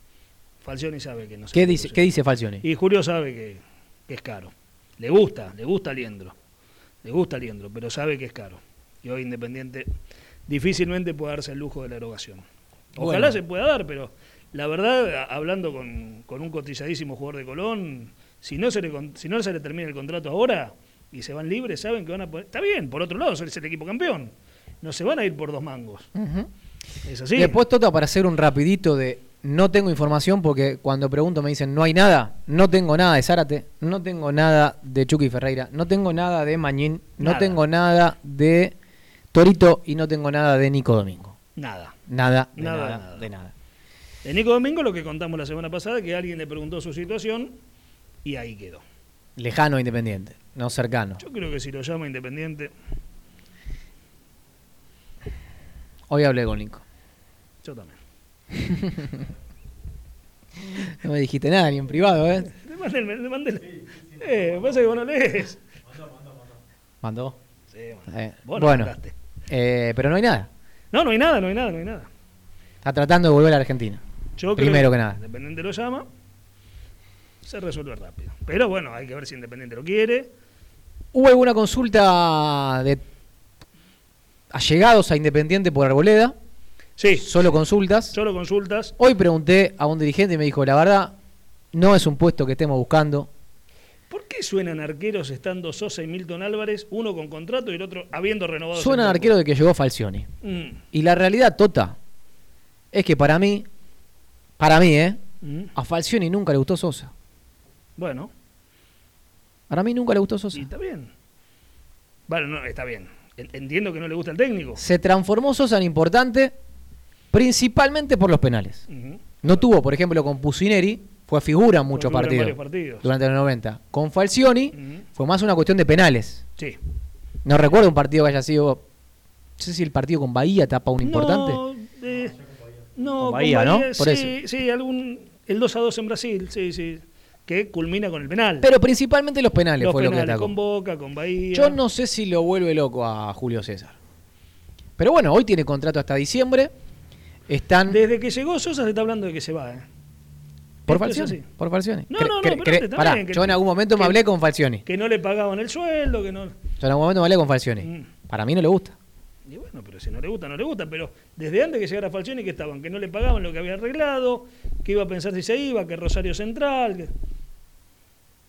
C: Falcioni sabe que no se
B: ¿Qué
C: puede
B: dice,
C: lucir.
B: ¿qué dice Falcioni?
C: Y Julio sabe que, que es caro. Le gusta, le gusta Liendro. Le gusta Liendro, pero sabe que es caro. Y hoy Independiente difícilmente puede darse el lujo de la erogación. Ojalá
B: Bueno.
C: se pueda dar, pero la verdad, a- hablando con, con un cotizadísimo jugador de Colón, si no, se le, con- si no se le termina el contrato ahora y se van libres, saben que van a poder... Está bien, por otro lado, es el equipo campeón. No se van a ir por dos mangos. Es así.
B: Después, Tota, para hacer un rapidito de no tengo información, porque cuando pregunto me dicen no hay nada, no tengo nada de Zárate, no tengo nada de Chucky Ferreira, no tengo nada de Mañín, no
C: Nada.
B: tengo nada de Torito y no tengo nada de Nico Domingo.
C: Nada.
B: Nada, de
C: Nada,
B: nada,
C: nada.
B: de nada.
C: De Nico Domingo lo que contamos la semana pasada, que alguien le preguntó su situación y ahí quedó.
B: Lejano e independiente, no cercano.
C: Yo creo que si lo llama Independiente,
B: Hoy hablé con Nico.
C: yo también.
B: No me dijiste nada, ni en privado, ¿eh?
C: Le mandé, el- le mandé el- Eh, pasa que vos no lees.
B: Mandó.
C: Sí, bueno.
B: Eh,
C: Vos no
B: bueno,
C: mandaste.
B: eh, pero no hay nada.
C: No, no hay nada, no hay nada, no hay nada.
B: Está tratando de volver a la Argentina.
C: Yo
B: Primero que nada.
C: Independiente lo llama, se resuelve rápido. Pero bueno, hay que ver si Independiente lo quiere.
B: ¿Hubo alguna consulta de allegados a Independiente por Arboleda?
C: Sí.
B: Solo consultas.
C: Solo consultas.
B: Hoy pregunté a un dirigente y me dijo, la verdad, no es un puesto que estemos buscando.
C: ¿Por qué suenan arqueros estando Sosa y Milton Álvarez, uno con contrato y el otro habiendo renovado?
B: Suenan
C: hace
B: arquero de que llegó Falcioni.
C: poco? Mm,
B: Y la realidad tota es que para mí, para mí, ¿eh?
C: mm,
B: A Falcioni nunca le gustó Sosa.
C: Bueno,
B: Para mí nunca le gustó Sosa.
C: y está bien. Bueno, no, está bien. En- Entiendo que no le gusta el técnico.
B: Se transformó Sosa en importante principalmente por los penales.
C: Ujú.
B: No tuvo, por ejemplo, con Pusineri, fue figura en muchos
C: figura en
B: partidos,
C: varios partidos.
B: durante los 90. Con Falcioni
C: Ujú.
B: fue más una cuestión de penales.
C: Sí.
B: No recuerdo un partido que haya sido. No sé si el partido con Bahía tapa un importante.
C: No, eh, no,
B: Con Bahía, ¿no? Por
C: sí, sí, algún, el 2 a 2 en Brasil, sí, sí, que culmina con el penal.
B: Pero principalmente los penales
C: Los
B: fue lo que
C: penales
B: atacó.
C: con Boca, con Bahía.
B: Yo no sé si lo vuelve loco a Julio César. Pero bueno, hoy tiene contrato hasta diciembre. Están
C: Desde que llegó Sosa se está hablando de que se va. ¿eh?
B: por
C: esto es
B: Falcioni.
C: así.
B: Por Falcioni.
C: No,
B: Cre-
C: no, no,
B: cre-
C: pero
B: cre-
C: está
B: pará,
C: bien que-
B: yo en algún momento me
C: que-
B: hablé con Falcioni.
C: Que no le pagaban el sueldo, que no...
B: Yo en algún momento me hablé con Falcioni.
C: Mm.
B: Para mí no le gusta.
C: Y bueno, pero si no le gusta, no le gusta. Pero desde antes que llegara Falcioni, que estaban? Que no le pagaban lo que había arreglado, que iba a pensar si se iba, que Rosario Central, que,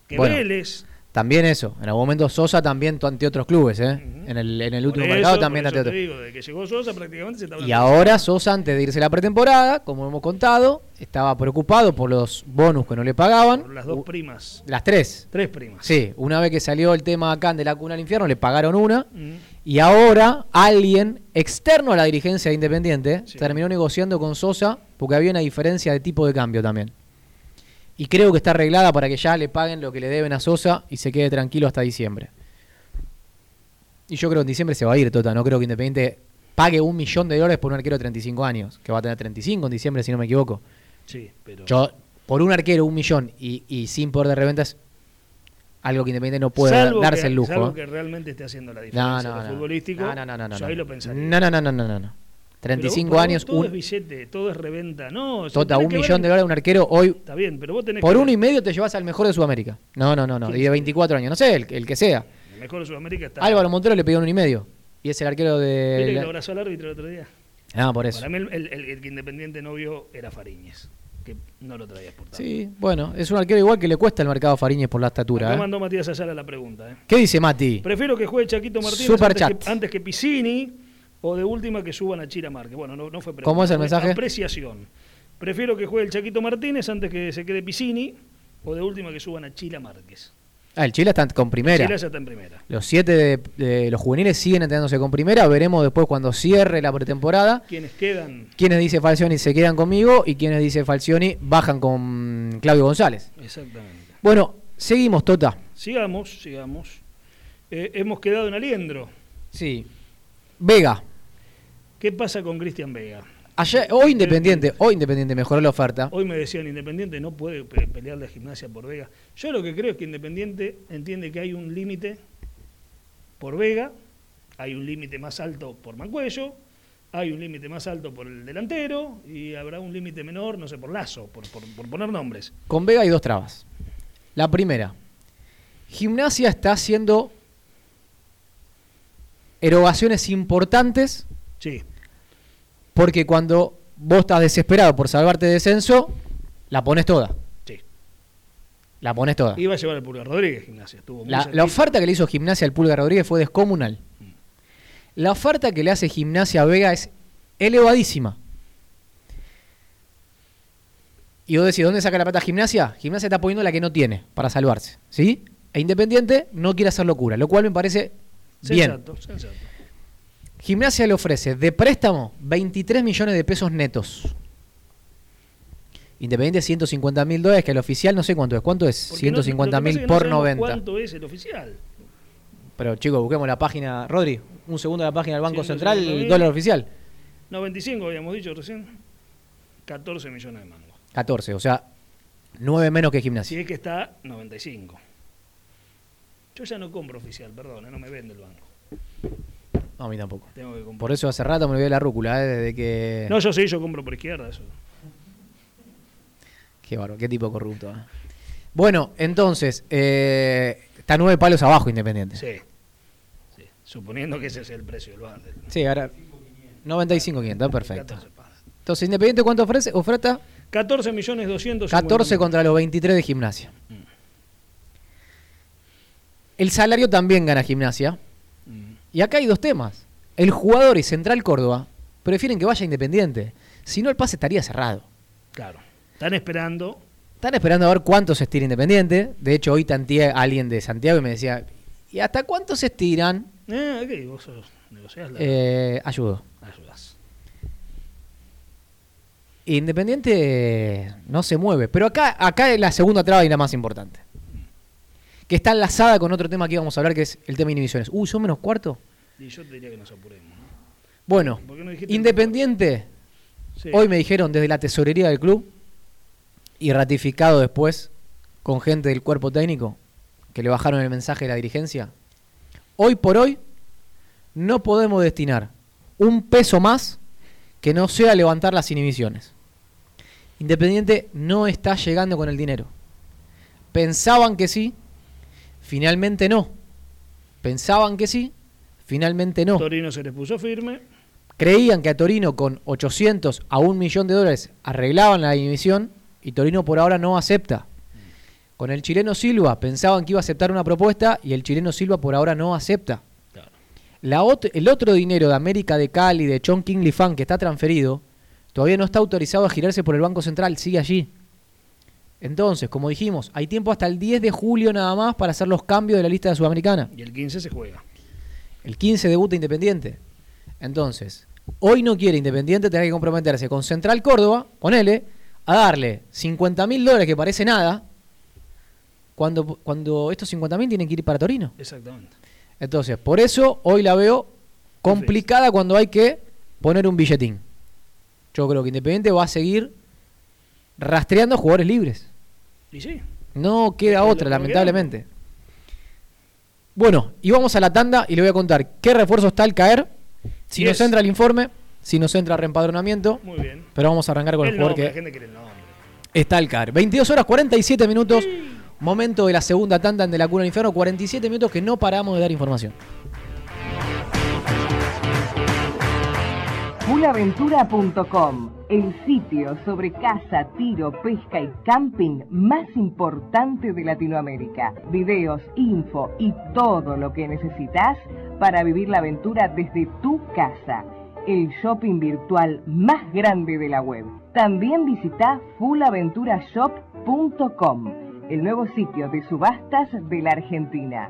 C: que
B: Bueno,
C: Vélez.
B: También eso. En algún momento Sosa también t- ante otros clubes. ¿eh? en, el, en el último
C: Por eso-
B: mercado
C: por
B: también
C: eso
B: ante
C: te
B: otros.
C: digo, desde que llegó Sosa prácticamente se está
B: Y
C: hablando.
B: ahora Sosa, antes de irse a la pretemporada, como hemos contado, estaba preocupado por los bonus que no le pagaban.
C: Por las dos
B: U-
C: primas.
B: las tres.
C: Tres primas.
B: Sí, una vez que salió el tema acá de la cuna al infierno, le pagaron una.
C: Mm.
B: Y ahora alguien externo a la dirigencia de Independiente
C: Sí.
B: terminó negociando con Sosa porque había una diferencia de tipo de cambio también. Y creo que está arreglada para que ya le paguen lo que le deben a Sosa y se quede tranquilo hasta diciembre. Y yo creo que en diciembre se va a ir, Tota. No creo que Independiente pague un millón de dólares por un arquero de 35 años, que va a tener 35 en diciembre, si no me equivoco.
C: Sí, pero.
B: Yo, por un arquero, un millón y, y sin poder de reventas, algo que Independiente no puede
C: Salvo
B: darse
C: que-
B: el lujo.
C: Salvo
B: ¿eh?
C: que realmente esté haciendo la
B: No,
C: diferencia
B: no,
C: en lo
B: no.
C: futbolístico.
B: No, no, no, no, no,
C: yo ahí
B: no.
C: lo pensaría.
B: No, no, no, no, no, no, no.
C: Pero vos-
B: 35
C: para vos
B: años,
C: Todo es
B: un,
C: billete, todo es reventa. No, si
B: tota,
C: tenés
B: un
C: que ver-
B: millón de dólares un arquero. Hoy,
C: Está bien, pero vos tenés
B: por
C: que
B: uno
C: ver.
B: y medio te llevas al mejor de Sudamérica. No, no, no, no. Y de 24 años, no sé, el, el que sea.
C: El mejor de Sudamérica está.
B: Álvaro Montero le pidió un y medio. Y es el arquero
C: ¿Viste que
B: de.
C: lo abrazó al árbitro el otro día?
B: Ah, por eso.
C: Para mí el, el- el- el que Independiente no vio era Fariñez, que no lo traía exportado.
B: Sí, bueno, es un arquero igual que le cuesta el mercado Fariñez por la
C: Acá
B: estatura. ¿eh?
C: mandó Matías Ayala la pregunta. ¿eh?
B: ¿Qué dice Mati?
C: Prefiero que juegue Chaquito Martínez antes,
B: Superchat.
C: Que, antes que Piscini o de última que suban a Chira Márquez. Bueno, no, no fue pregunta.
B: ¿Cómo es el
C: fue
B: mensaje?
C: Apreciación. Prefiero que juegue el Chaquito Martínez antes que se quede Piscini o de última que suban a Chila Márquez.
B: Ah, el Chile está con primera.
C: Chila ya está en primera.
B: Los siete de, de los juveniles siguen entrenándose con primera. Veremos después cuando cierre la pretemporada.
C: Quienes quedan,
B: Quienes dice Falcioni se quedan conmigo y quienes dice Falcioni bajan con Claudio González.
C: exactamente.
B: Bueno, seguimos, Tota.
C: Sigamos, sigamos. Eh, hemos quedado en Aliendro.
B: Sí. Vega.
C: ¿Qué pasa con Cristian Vega?
B: Ayer, hoy Independiente, hoy Independiente mejoró la oferta.
C: Hoy me decían Independiente no puede pe- pelear la gimnasia por Vega. Yo lo que creo es que Independiente entiende que hay un límite por Vega, hay un límite más alto por Mancuello, hay un límite más alto por el delantero y habrá un límite menor, no sé, por Lazo, por, por- por poner nombres.
B: Con Vega hay dos trabas. La primera, Gimnasia está haciendo erogaciones importantes
C: Sí,
B: porque cuando vos estás desesperado por salvarte de descenso, la pones toda.
C: sí.
B: La pones toda.
C: Iba a llevar al Pulgar Rodríguez gimnasia. Estuvo muy
B: La,
C: cerquita.
B: la oferta que le hizo Gimnasia al Pulga Rodríguez fue descomunal.
C: Mm.
B: La oferta que le hace Gimnasia a Vega es elevadísima. Y vos decís, ¿dónde saca la plata Gimnasia? Gimnasia está poniendo la que no tiene para salvarse, ¿sí? E Independiente no quiere hacer locura, lo cual me parece bien.
C: Sensato, sensato.
B: Gimnasia le ofrece de préstamo 23 millones de pesos netos. Independiente 150 mil dólares, que el oficial no sé cuánto es. ¿Cuánto es?
C: Porque no-
B: 150
C: lo que pasa
B: mil
C: es que no
B: por
C: sabemos
B: 90.
C: ¿Cuánto es el oficial?
B: Pero chicos, busquemos la página, Rodri, un segundo la página del Banco
C: 150
B: Central,
C: mil.
B: dólar oficial.
C: 95 habíamos dicho recién. 14 millones de mangos.
B: 14, o sea, 9 menos que
C: Si
B: gimnasia.
C: es que está 95. Yo ya no compro oficial, perdón, eh, no me vende el banco.
B: No, a mí tampoco.
C: Tengo que comprar.
B: Por eso hace rato me olvidé la rúcula, eh, desde que...
C: No, yo sí, yo compro por izquierda eso.
B: Qué bárbaro, qué tipo corrupto. eh. Bueno, entonces, eh, está 9 palos abajo Independiente.
C: Sí. Sí. Suponiendo que ese es el precio del bar. del-
B: Sí, ahora... 95.500, eh, perfecto.
C: 14 pa.
B: Entonces, Independiente, ¿cuánto ofrece? oferta?
C: 14 millones 200.
B: 14 contra los 23 de gimnasia.
C: Mm.
B: El salario también gana gimnasia.
C: Mm,
B: Y acá hay dos temas. El jugador y Central Córdoba prefieren que vaya Independiente. Si no, el pase estaría cerrado.
C: Claro. Están esperando.
B: Están esperando a ver cuánto se estira Independiente. De hecho, hoy tanteé a alguien de Santiago y me decía, ¿y hasta cuánto se estiran?
C: Eh, ok, vos sos, negociás la-
B: Eh, ayudo.
C: ayudás.
B: Independiente eh, no se mueve. Pero acá, acá es la segunda traba y la más importante. Que está enlazada con otro tema que íbamos a hablar, que es el tema de inhibiciones. Uy, son menos cuarto.
C: Y yo te diría que nos apuremos. ¿no?
B: Bueno,
C: ¿Por qué no dijiste
B: Independiente,
C: Sí.
B: hoy me dijeron desde la tesorería del club y ratificado después con gente del cuerpo técnico que le bajaron el mensaje de la dirigencia. Hoy por hoy no podemos destinar un peso más que no sea levantar las inhibiciones. Independiente no está llegando con el dinero. Pensaban que sí, finalmente no. Pensaban que sí, finalmente no.
C: Torino se les puso firme.
B: Creían que a Torino con 800 a 1 millón de dólares arreglaban la división y Torino por ahora no acepta. Con el chileno Silva pensaban que iba a aceptar una propuesta y el chileno Silva por ahora no acepta. La ot- el otro dinero de América de Cali, de John Kingley Fan, que está transferido, todavía no está autorizado a girarse por el Banco Central, sigue allí. Entonces, como dijimos, hay tiempo hasta el 10 de julio nada más para hacer los cambios de la lista de Sudamericana.
C: Y el 15 se juega.
B: El 15 debuta Independiente. Entonces, hoy no quiere Independiente tener que comprometerse con Central Córdoba, ponele, a darle 50 mil dólares que parece nada, cuando, cuando estos 50 mil tienen que ir para Torino.
C: Exactamente.
B: Entonces, por eso hoy la veo complicada cuando hay que poner un billetín. Yo creo que Independiente va a seguir rastreando jugadores libres.
C: Y sí.
B: No queda
C: Es lo
B: otra,
C: que
B: lamentablemente. Bueno, y vamos a la tanda y le voy a contar qué refuerzo está al caer. Si
C: Yes.
B: nos entra el informe, si nos entra reempadronamiento.
C: Muy bien.
B: Pero vamos a arrancar con el,
C: el
B: jugador
C: nombre, la
B: que
C: gente quiere el nombre.
B: está al caer. 22 horas 47 minutos, momento de la segunda tanda en De la Cuna al Infierno. 47 minutos que no paramos de dar información.
D: Pulaventura.com, el sitio sobre caza, tiro, pesca y camping más importante de Latinoamérica. Videos, info y todo lo que necesitas para vivir la aventura desde tu casa. El shopping virtual más grande de la web. También visita fullaventurashop.com, el nuevo sitio de subastas de la Argentina.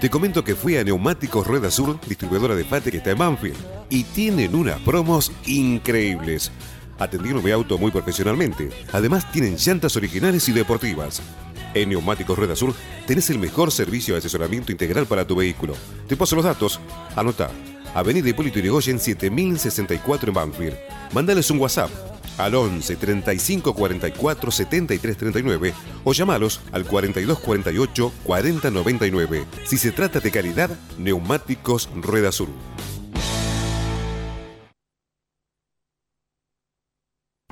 F: te comento que fui a Neumáticos Rueda Sur, distribuidora de Fate que está en Banfield, y tienen unas promos increíbles. Atendieron mi auto muy profesionalmente, además tienen llantas originales y deportivas. En Neumáticos Rueda Sur tenés el mejor servicio de asesoramiento integral para tu vehículo. Te paso los datos, anota. Avenida Hipólito Yrigoyen 7064 en Banfield. Mándales un WhatsApp al 11 35 44 73 39 o llamalos al 42 48 40 99. Si se trata de calidad, neumáticos Rueda Sur.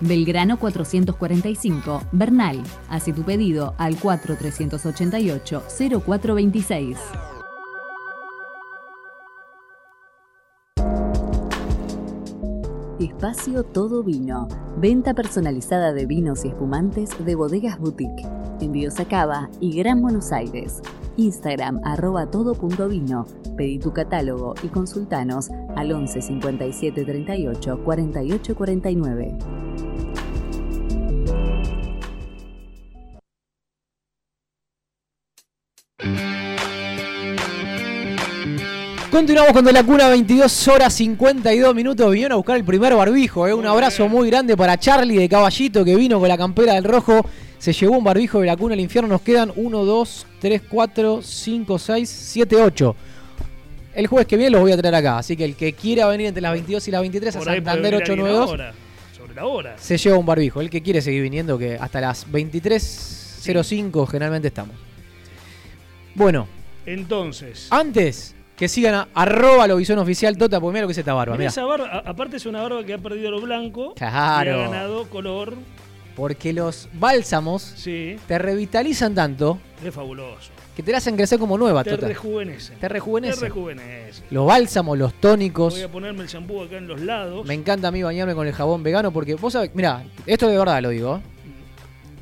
G: Belgrano 445, Bernal. Hace tu pedido al 4388-0426. Espacio Todo Vino. Venta personalizada de vinos y espumantes de bodegas boutique. Envíos a Cava y Gran Buenos Aires. Instagram arroba todo.vino. Pedí tu catálogo y consultanos al 11 57 38 48 49.
B: Continuamos con De la Cuna, 22 horas 52 minutos. Vinieron a buscar el primer barbijo. ¿eh? Un abrazo muy grande para Charlie de Caballito que vino con la campera del rojo. Se llevó un barbijo de la Cuna al infierno. Nos quedan 1, 2, 3, 4, 5, 6, 7, 8. El jueves que viene los voy a traer acá. Así que el que quiera venir entre las 22 y las 23
C: Por
B: a
C: ahí puede
B: Santander
C: venir alguien
B: 892
C: ahora, Sobre la hora.
B: se lleva un barbijo. El que quiere seguir viniendo, que hasta las 23.05 generalmente estamos. Bueno,
C: Entonces,
B: Ah, antes que sigan a arroba lo oficial Tota, porque mira lo que es esta barba.
C: mirá
B: Mirá.
C: esa barba, a- aparte es una barba que ha perdido lo blanco
B: Claro.
C: y ha ganado color.
B: Porque los bálsamos
C: Sí,
B: te revitalizan tanto
C: es fabuloso.
B: que te la hacen crecer como nueva,
C: Te
B: Tota.
C: rejuvenece.
B: Te rejuvenece.
C: Te rejuvenece.
B: Los bálsamos, los
C: Voy
B: tónicos.
C: a ponerme el shampoo acá en los lados.
B: Me encanta a mí bañarme con el jabón vegano porque vos sabés, mira, esto de verdad lo digo. ¿eh?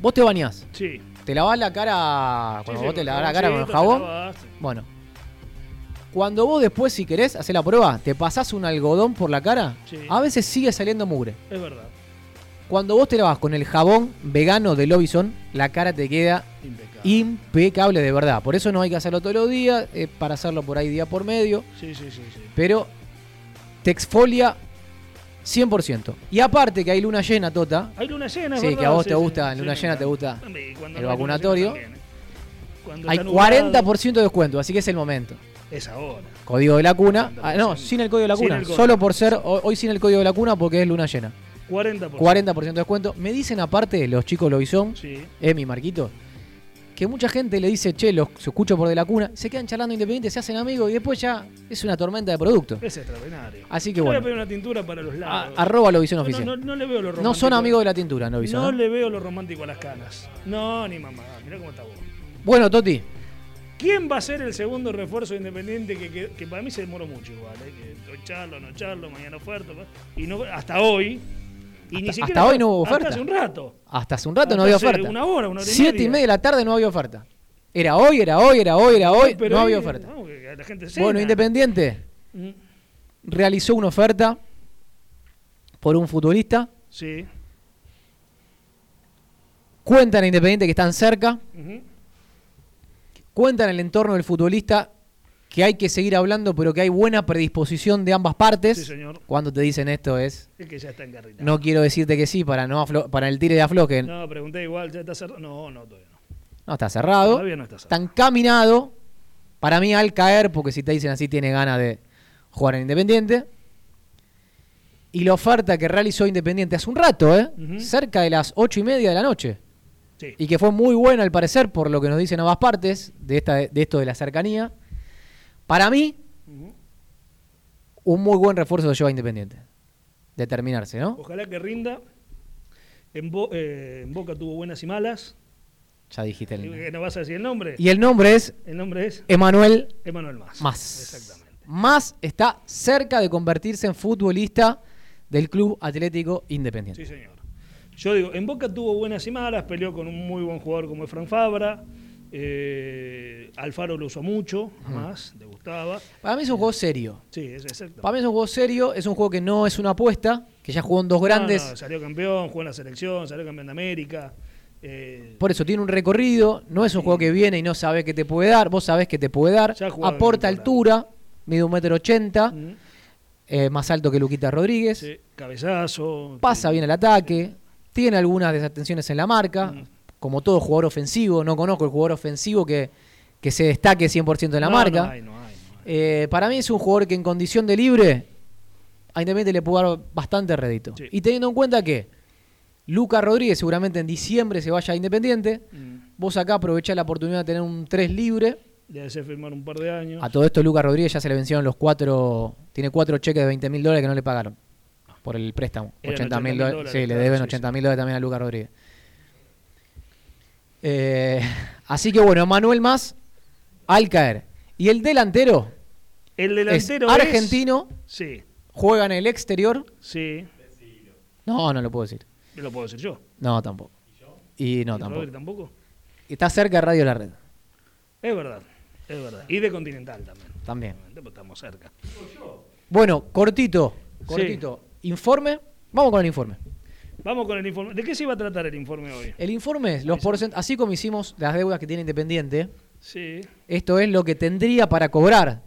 B: Vos te bañás,
C: Sí.
B: te lavás la cara, cuando Ah,
C: Sí,
B: vos
C: sí,
B: te
C: con
B: lavás la cara con el
C: jaboncito,
B: jabón,
C: te lavas.
B: Bueno. Cuando vos después, si querés, hacer la prueba, te pasás un algodón por la cara,
C: Sí.
B: a veces sigue saliendo mugre.
C: Es verdad.
B: Cuando vos te lavas con el jabón vegano de Lobison, la cara te queda
C: Impecable.
B: impecable de verdad. Por eso no hay que hacerlo todos los días, eh, para hacerlo por ahí día por medio,
C: Sí, sí, sí, sí.
B: pero te exfolia 100%. Y aparte que hay luna llena, Tota,
C: Hay luna llena, es
B: Sí,
C: verdad,
B: que a vos te
C: sí.
B: gusta, en luna
C: me
B: llena te
C: encanta.
B: gusta
C: Y cuando
B: el
C: no hay luna
B: vacunatorio.
C: llena también, ¿eh? Cuando
B: hay
C: está nublado,
B: 40% de descuento, así que es el momento.
C: Es ahora.
B: Código de la cuna. Ah, no, sin el código de la
C: Sin
B: cuna.
C: el código.
B: Solo por ser, ho- hoy sin el código de la cuna porque es luna llena.
C: 40%.
B: 40% de descuento. Me dicen aparte los chicos Lobizón,
C: Sí.
B: Emi, Marquito, que mucha gente le dice, che, los se escucho por de la cuna, se quedan charlando independientes, se hacen amigos y después ya es una tormenta de producto.
C: Es extraordinario.
B: Así que
C: Yo
B: bueno,
C: Voy a pedir una tintura para los
B: a-
C: lados.
B: arroba Lobizón
C: Ah, no, no,
B: Oficial.
C: no,
B: No,
C: no le veo lo romántico.
B: son amigos de la tintura, Lobizón.
C: No
B: ¿eh?
C: le veo lo romántico a las canas. No, ni mamá. Mirá cómo está vos.
B: Bueno, Toti,
C: ¿Quién va a ser el segundo refuerzo de independiente que, que- que para mí se demoró mucho igual? ¿eh? Que hoy charlo, no charlo, mañana oferta. pa- Y no, hasta hoy. Y ni
B: Hasta-
C: siquiera
B: hasta hoy no hubo
C: hasta
B: oferta.
C: hace un rato.
B: hasta hace un rato no
C: Hasta
B: había
C: hace
B: oferta.
C: una hora, una hora y
B: Siete y
C: media.
B: media de la tarde no había oferta. Era hoy, era hoy, era hoy, era hoy,
C: Pero
B: no había
C: ahí-
B: oferta.
C: no, que la gente
B: Bueno,
C: cena.
B: Independiente
C: Mm,
B: realizó una oferta por un futbolista.
C: Sí.
B: Cuentan a Independiente que están cerca.
C: Ujú.
B: Cuentan el entorno del futbolista que hay que seguir hablando, pero que hay buena predisposición de ambas partes.
C: Sí, señor.
B: Cuando te dicen esto es,
C: Es que ya está encarrilado.
B: no quiero decirte que sí para no aflo- para el tire de aflojen. No,
C: No, pregunté igual, ya está cerrado. No, no, todavía no.
B: está cerrado.
C: Todavía no está cerrado.
B: Está encaminado. Para mí al caer, porque si te dicen así tiene ganas de jugar en Independiente. Y la oferta que realizó Independiente hace un rato, ¿eh?
C: Ujú.
B: cerca de las ocho y media de la noche.
C: Sí.
B: y que fue muy buena al parecer por lo que nos dicen ambas partes de, esta, de esto de la cercanía. Para mí, un muy buen refuerzo se lleva Independiente. Determinarse, ¿no?
C: Ojalá que rinda. En, Bo- eh, en Boca tuvo buenas y malas. Eh,
B: Ya dijiste el nombre.
C: ¿No vas a decir el nombre?
B: Y el nombre es
C: El nombre es
B: Emanuel
C: Emanuel Más.
B: Más.
C: Exactamente.
B: Más está cerca de convertirse en futbolista del Club Atlético
C: Sí,
B: Independiente.
C: señor. Yo digo, en Boca tuvo buenas y malas, peleó con un muy buen jugador como es Fran Fabra. eh, Alfaro lo usó mucho, más, le gustaba.
B: Para mí es un juego serio.
C: Sí, es exacto.
B: Para mí es un juego serio, es un juego que no es una apuesta, que ya jugó en dos grandes.
C: No, no, salió campeón, jugó en la selección, salió campeón de América. eh,
B: Por eso tiene un recorrido, no es un juego que viene y no sabe qué te puede dar, vos sabés que te puede dar,
C: Ya ha jugado
B: aporta
C: en
B: altura, mide un metro ochenta,
C: mm,
B: eh, más alto que Luquita Rodríguez,
C: sí, cabezazo.
B: pasa
C: sí.
B: bien al ataque, tiene algunas desatenciones en la marca,
C: Mm.
B: como todo jugador ofensivo, no conozco el jugador ofensivo que, que se destaque 100% en la
C: No,
B: marca.
C: No hay, no hay, no hay.
B: Eh, para mí es un jugador que en condición de libre a Independiente le puede dar bastante rédito.
C: Sí.
B: Y teniendo en cuenta que Luca Rodríguez seguramente en diciembre se vaya a Independiente, vos acá aprovechás la oportunidad de tener un 3 libre.
C: Mm, Le hace firmar un par de años.
B: A todo esto Luca Rodríguez ya se le vencieron los cuatro, tiene cuatro cheques de 20 mil dólares que no le pagaron por el préstamo.
C: Eran
B: 80 mil
C: 80.000
B: dólares. Sí,
C: dólares,
B: le
C: claro,
B: deben
C: sí,
B: 80 mil dólares también a Luca Rodríguez. Eh, así que bueno, Manuel más al caer. Y el delantero,
C: El delantero
B: es
C: es-
B: argentino,
C: Sí,
B: juega en el exterior.
C: sí.
B: No, no lo puedo decir.
C: Lo puedo decir yo.
B: No, tampoco. Y no,
C: ¿Y
B: tampoco.
C: Rodri tampoco.
B: Está cerca de Radio La Red,
C: Es verdad, es verdad. Y de Continental también.
B: también.
C: Pues Estamos cerca.
B: Bueno, cortito,
C: Sí.
B: cortito. Informe, vamos con el informe.
C: Vamos con el informe. ¿De qué se iba a tratar el informe hoy?
B: El informe es, los porcent- así como hicimos las deudas que tiene Independiente,
C: Sí.
B: esto es lo que tendría para cobrar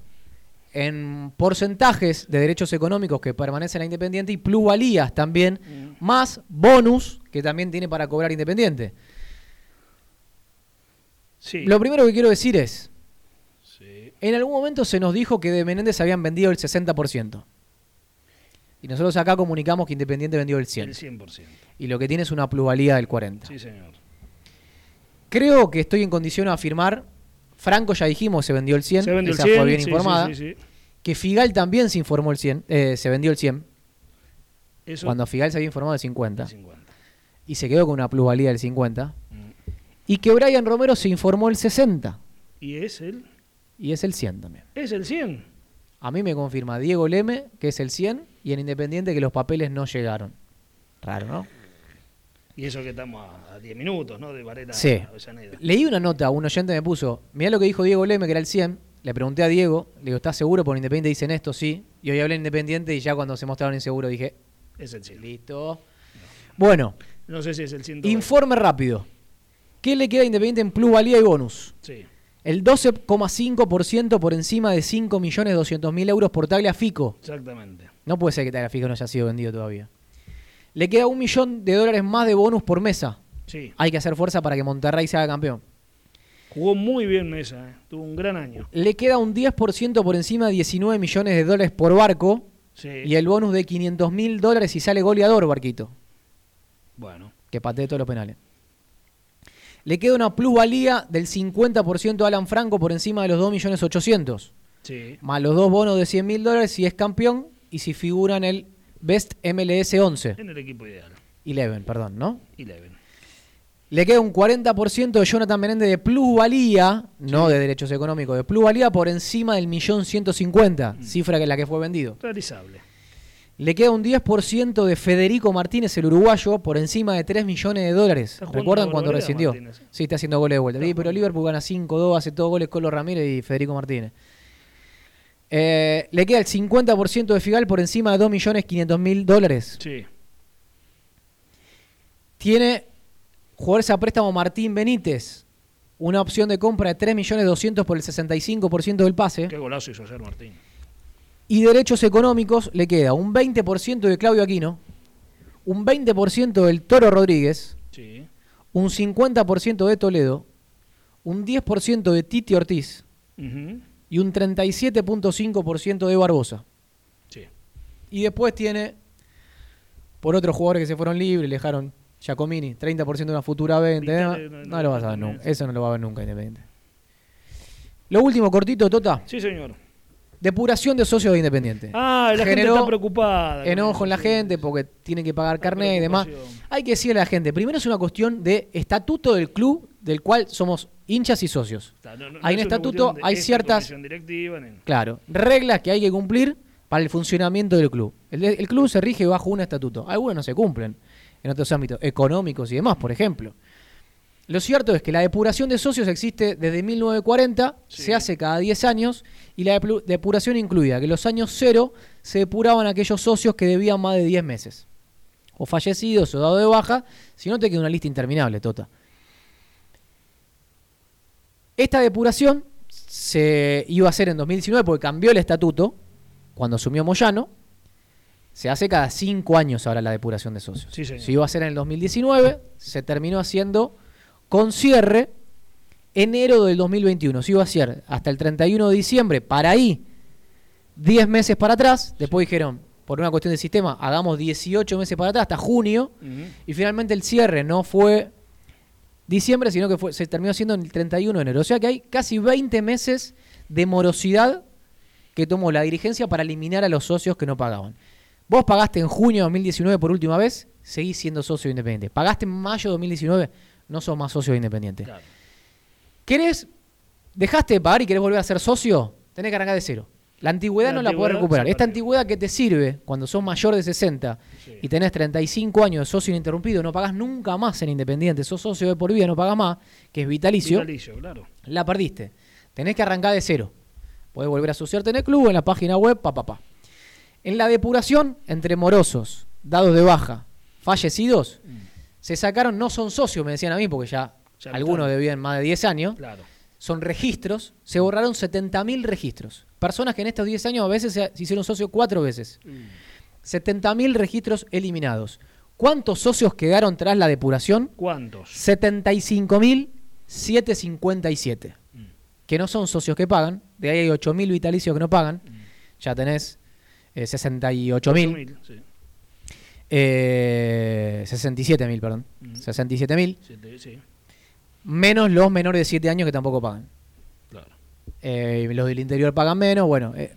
B: en porcentajes de derechos económicos que permanecen a Independiente y plusvalías también,
C: Mm.
B: más bonus que también tiene para cobrar Independiente.
C: Sí.
B: Lo primero que quiero decir es,
C: Sí.
B: en algún momento se nos dijo que de Menéndez habían vendido el 60%. Y nosotros acá comunicamos que Independiente vendió el 100%.
C: El 100%.
B: Y lo que tiene es una plusvalía del 40%.
C: Sí, señor.
B: Creo que estoy en condición de afirmar, Franco ya dijimos, se vendió el 100,
C: se vendió
B: esa
C: el 100.
B: fue bien
C: sí,
B: informada,
C: Sí, sí, sí.
B: que Figal también se informó el 100, eh, se vendió el 100,
C: Eso
B: cuando Figal se había informado del 50,
C: 50.
B: y se quedó con una plusvalía del 50,
C: Mm.
B: y que Brian Romero se informó el 60,
C: Y es el.
B: y es el 100 también.
C: Es el 100.
B: A mí me confirma Diego Leme, que es el 100, y en Independiente que los papeles no llegaron. Raro, ¿no?
C: Y eso que estamos a- a 10 minutos, ¿no? De Varela
B: Sí.
C: a Avellaneda.
B: Leí una nota, un oyente me puso, mirá lo que dijo Diego Leme, que era el 100, le pregunté a Diego, le digo, ¿estás seguro? Por Independiente dicen esto, sí. Y hoy hablé de Independiente y ya cuando se mostraron inseguro dije,
C: Es el 100.
B: listo. Bueno,
C: No sé si es el 100.
B: informe rápido. ¿Qué le queda a Independiente en plusvalía y bonus?
C: Sí.
B: El 12,5% por encima de 5.200.000 euros por Tagliafico.
C: Exactamente.
B: No puede ser que Tagliafico no haya sido vendido todavía. Le queda un millón de dólares más de bonus por mesa.
C: Sí.
B: Hay que hacer fuerza para que Monterrey se haga campeón.
C: Jugó muy bien Mesa, ¿eh? Tuvo un gran año.
B: Le queda un 10% por encima de 19 millones de dólares por barco
C: Sí.
B: y el bonus de 500 mil dólares y sale goleador, Barquito,
C: Bueno.
B: que patee todos los penales. Le queda una plusvalía del 50% a Alan Franco por encima de los 2 millones 800,
C: Sí.
B: más los dos bonos de 100 mil dólares si es campeón y si figura en el Best MLS 11,
C: En el equipo ideal.
B: 11, perdón, ¿no?
C: Eleven.
B: Le queda un 40% de Jonathan Menéndez de plusvalía, no de derechos económicos, de plusvalía por encima del millón 150, cifra que la que fue vendido.
C: Realizable.
B: Le queda un 10% de Federico Martínez, el uruguayo, por encima de 3 millones de dólares.
C: Está jugando
B: ¿Recuerdan
C: una
B: cuando
C: barbaridad,
B: rescindió?
C: Martínez, eh.
B: Sí, está haciendo goles de vuelta. Sí, pero Liverpool gana 5-2, hace todos goles Colo Ramírez y Federico Martínez. Eh, le queda el 50% de Figal por encima de 2 millones 500 mil dólares.
C: Sí.
B: Tiene jugadores a préstamo Martín Benítez, una opción de compra de 3 millones 200 por el 65% del pase.
C: Qué golazo hizo ayer Martín.
B: Y derechos económicos le queda un 20% de Claudio Aquino, un 20% del Toro Rodríguez,
C: Sí.
B: un 50% de Toledo, un 10% de Titi Ortiz
C: Ujú.
B: y un 37.5% de Barbosa.
C: Sí.
B: Y después tiene, por otros jugadores que se fueron libres, le dejaron Giacomini, 30% de una futura venta.
C: Vitale,
B: ¿eh?
C: no,
B: no,
C: no,
B: lo vas a ver
C: no,
B: nunca.
C: no.
B: Eso no lo va a ver nunca Independiente. Lo último, cortito, Tota.
C: Sí, señor.
B: Depuración de socios de Independiente.
C: Ah, la gente
B: Generó
C: está preocupada. con
B: Enojo en la
C: eso.
B: gente porque tienen que pagar carnet y demás.
C: preocupación.
B: Hay que decirle a la gente, primero es una cuestión de estatuto del club del cual somos hinchas y socios.
C: Está, no, no, no
B: hay
C: es
B: un
C: una
B: estatuto,
C: cuestión de
B: hay
C: esta
B: ciertas,
C: comisión directiva, ni-
B: claro, reglas que hay que cumplir para el funcionamiento del club. El, el club se rige bajo un estatuto. Algunos no se cumplen en otros ámbitos económicos y demás, por ejemplo. Lo cierto es que la depuración de socios existe desde 1940,
C: Sí.
B: se hace cada 10 años, y la deplu- depuración incluía que los años cero se depuraban aquellos socios que debían más de 10 meses, o fallecidos o dado de baja, si no te queda una lista interminable, Tota. Esta depuración se iba a hacer en 2019 porque cambió el estatuto cuando asumió Moyano. Se hace cada cinco años ahora la depuración de socios.
C: Sí, señor.
B: Se iba a hacer en el 2019, se terminó haciendo con cierre enero del 2021. Se iba a hacer hasta el 31 de diciembre, para ahí, 10 meses para atrás. Después dijeron, por una cuestión de sistema, hagamos 18 meses para atrás, hasta junio.
C: Ujú.
B: Y finalmente el cierre no fue diciembre, sino que fue, se terminó siendo el 31 de enero. O sea que hay casi 20 meses de morosidad que tomó la dirigencia para eliminar a los socios que no pagaban. Vos pagaste en junio de 2019 por última vez, seguís siendo socio de independiente. Pagaste en mayo de 2019, no sos más socio de independiente.
C: Claro.
B: ¿Querés, dejaste de pagar y querés volver a ser socio? Tenés que arrancar de cero. La antigüedad
C: La
B: no la podés
C: antigüedad
B: recuperar.
C: se
B: Esta
C: perdió.
B: antigüedad que te sirve cuando sos mayor de 60
C: Sí.
B: y tenés 35 años de socio ininterrumpido, no pagás nunca más en Independiente, sos socio de por vida, no pagás más, que es vitalicio,
C: Vitalicio, claro.
B: la perdiste. Tenés que arrancar de cero. Podés volver a asociarte en el club, en la página web, pa, pa, pa. En la depuración, entre morosos, dados de baja, fallecidos,
C: Mm,
B: se sacaron, no son socios, me decían a mí, porque ya,
C: Ya no
B: algunos
C: están.
B: debían más de 10 años
C: Claro.
B: son registros, se borraron 70.000 registros. Personas que en estos 10 años a veces se se hicieron socios cuatro veces. 70.000 registros eliminados. ¿Cuántos socios quedaron tras la depuración?
C: ¿Cuántos?
B: 75.757.
C: Mm,
B: Que no son socios que pagan. De ahí hay 8.000 vitalicios que no pagan.
C: mm.
B: Ya tenés eh, 68.000.
C: 8.000, sí.
B: eh, 67.000, perdón. 67.000.
C: Siete, sí,
B: Menos los menores de 7 años que tampoco pagan.
C: claro.
B: Eh, los del interior pagan menos, bueno, eh,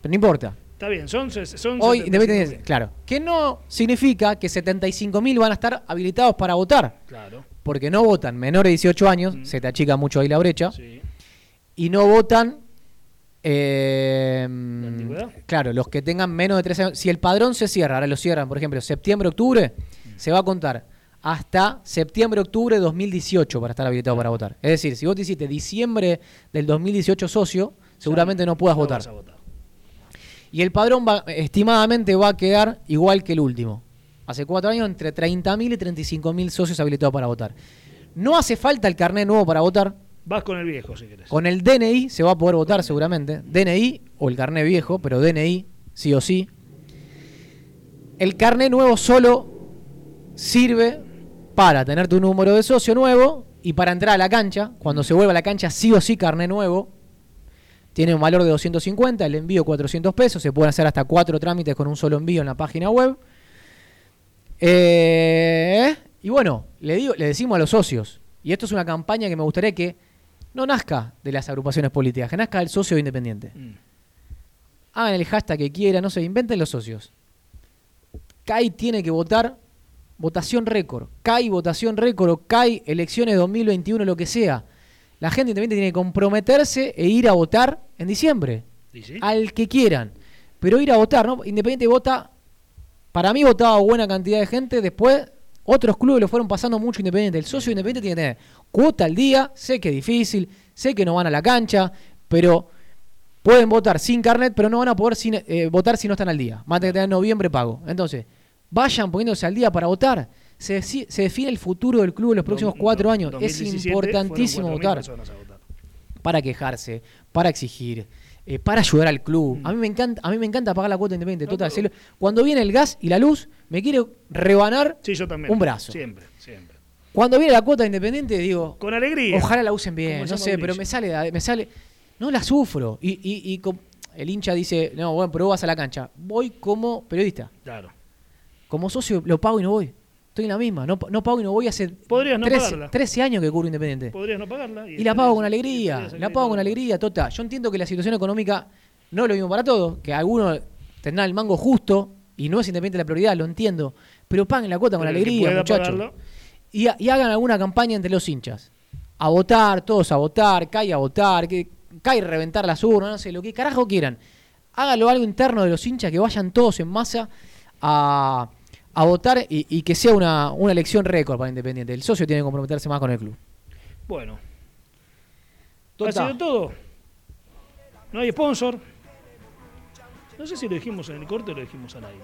B: pero no importa.
C: Está bien, son, ses- son
B: Hoy
C: 75.000.
B: Independiente, claro, que no significa que 75.000 van a estar habilitados para votar,
C: Claro,
B: porque no votan menores de 18 años, se te achica mucho ahí la brecha,
C: sí.
B: y no votan, eh,
C: antigüedad?
B: claro, los que tengan menos de 13 años. Si el padrón se cierra, ahora lo cierran, por ejemplo, septiembre, octubre,
C: Mm.
B: se va a contar hasta septiembre, octubre de 2018 para estar
C: Ah.
B: habilitado para votar. Es decir, si vos te hiciste diciembre del 2018 socio, seguramente no puedas
C: No
B: votar.
C: vas a votar.
B: Y el padrón va- estimadamente va a quedar igual que el último. Hace cuatro años entre 30.000 y 35.000 socios habilitados para votar. No hace falta el carnet nuevo para votar.
C: Vas con el viejo si querés.
B: Con el DNI se va a poder votar seguramente. DNI o el carnet viejo, pero DNI sí o sí. El carnet nuevo solo sirve para tener tu número de socio nuevo y para entrar a la cancha. Cuando se vuelva a la cancha sí o sí carnet nuevo. Tiene un valor de 250, el envío 400 pesos. Se pueden hacer hasta cuatro trámites con un solo envío en la página web. Eh, y bueno, le, digo, le decimos a los socios, y esto es una campaña que me gustaría que no nazca de las agrupaciones políticas, que nazca del socio independiente.
C: Mm.
B: Hagan el hashtag que quieran, no se inventen los socios. CAI tiene que votar votación récord. CAI votación récord o CAI elecciones 2021, lo que sea. La gente independiente tiene que comprometerse e ir a votar en diciembre
C: ¿Y sí?
B: al que quieran. Pero ir a votar, ¿no? Independiente vota. Para mí votaba buena cantidad de gente. Después, otros clubes lo fueron pasando mucho Independiente. El socio Independiente tiene que tener cuota al día. Sé que es difícil, sé que no van a la cancha, pero pueden votar sin carnet, pero no van a poder sin- eh, votar si no están al día. Van a tener que tener noviembre pago. Entonces, vayan poniéndose al día para votar. se, deci- se define el futuro del club en los próximos
C: Dos-
B: cuatro
C: no,
B: años. Es
C: 2017
B: importantísimo
C: fueron 4.000
B: votar
C: personas a votar.
B: para quejarse, para exigir, eh, para ayudar al club.
C: Mm.
B: A mí me encanta, a mí me encanta pagar la cuota independiente. total, se lo- cuando viene el gas y la luz, me quiere rebanar
C: Sí, yo también.
B: un brazo.
C: Siempre, siempre.
B: Cuando viene la cuota independiente, digo,
C: Con alegría.
B: ojalá la usen bien,
C: Como
B: no
C: decía
B: sé, pero
C: Mauricio.
B: me sale, la- me sale, no la sufro. Y, y- y com- el hincha dice, no, bueno, pero vos vas a la cancha. Voy como periodista,
C: Claro.
B: como socio lo pago y no voy. Estoy en la misma, no, pa- no pago y no voy hace
C: Podrías no
B: 13,
C: pagarla.
B: 13 años que cubro Independiente.
C: Podrías no pagarla.
B: Y la pago con alegría,
C: estarías
B: la
C: acreditado.
B: pago con alegría, Tota. Yo entiendo que la situación económica no es lo mismo para todos, que algunos tendrán el mango justo y no es independiente la prioridad, lo entiendo. Pero paguen la cuota con
C: Pero el que
B: alegría,
C: pueda
B: muchachos.
C: pagarlo.
B: Y, ha- y hagan alguna campaña entre los hinchas. A votar, todos a votar, cae a votar, que cae reventar las urnas, no sé, lo que carajo quieran. Hágalo algo interno de los hinchas, que vayan todos en masa a, a votar y, y que sea una, una elección récord para Independiente. El socio tiene que comprometerse más con el club.
C: Bueno.
B: Tota.
C: Ha sido todo. No hay sponsor. No sé si lo dijimos en el corte o lo dijimos al aire.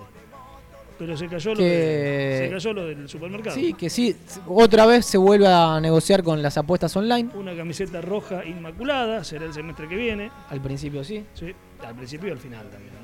C: Pero se cayó, lo,
B: Que-
C: de- se cayó lo del supermercado.
B: Sí, que sí. Otra vez se vuelve a negociar con las apuestas online.
C: Una camiseta roja inmaculada, será el semestre que viene.
B: Al principio sí.
C: Sí, al principio y al final también.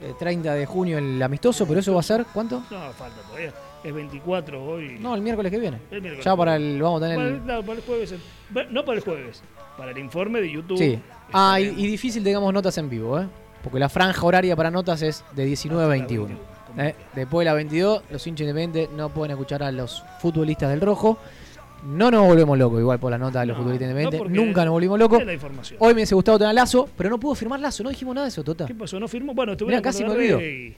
B: Eh, 30 de junio el amistoso, pero eso va a ser ¿cuánto?
C: No, falta todavía. Es 24 hoy.
B: No, el miércoles que viene.
C: El miércoles.
B: Ya para el vamos a tener
C: para
B: el,
C: el, no, para el jueves. Bueno, No para el jueves. Para el informe de YouTube. Este,
B: Sí. Ah, y,
C: Esperemos.
B: y difícil digamos notas en vivo, ¿eh? Porque la franja horaria para notas es de
C: Ah,
B: 19 a 21. ¿eh? Después de la 22, los hinchas independientes no pueden escuchar a los futbolistas del rojo. No nos volvemos locos igual por la nota de los
C: No,
B: futbolistas
C: no,
B: independientes.
C: porque
B: Nunca nos volvimos locos.
C: es la información.
B: Hoy me hubiese gustado tener a Lazo, pero no pudo firmar Lazo. No dijimos nada de eso, Tota.
C: ¿Qué pasó? ¿No firmó?
B: Mirá,
C: Bueno, estuvieron
B: casi
C: con
B: me
C: Darré
B: olvido.
C: y-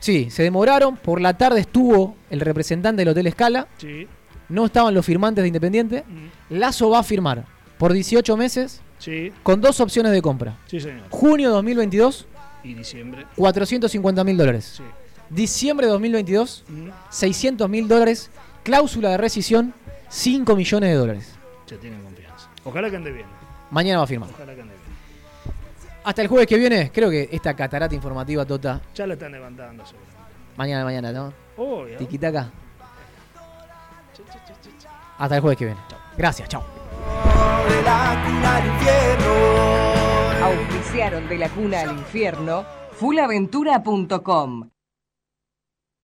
B: Sí, se demoraron. Por la tarde estuvo el representante del Hotel Escala.
C: Sí.
B: No estaban los firmantes de Independiente.
C: Mm,
B: Lazo va a firmar por 18 meses
C: Sí,
B: con dos opciones de compra.
C: sí, señor.
B: Junio 2022,
C: Y diciembre.
B: 450 mil dólares.
C: Sí.
B: Diciembre 2022,
C: Mm,
B: 600 mil dólares. Cláusula de rescisión, 5 millones de dólares.
C: Se tienen confianza. Ojalá que ande bien.
B: Mañana va a firmar.
C: Ojalá que ande bien.
B: Hasta el jueves que viene, creo que esta catarata informativa tota.
C: Ya la están levantando, seguramente. ¿eh?
B: Mañana, mañana, ¿no?
C: Obvio.
B: Tiquitaca. Hasta el jueves que viene. Gracias, chao.
A: de la cuna al infierno.
E: Auspiciaron de la cuna al infierno, fulaventura.com,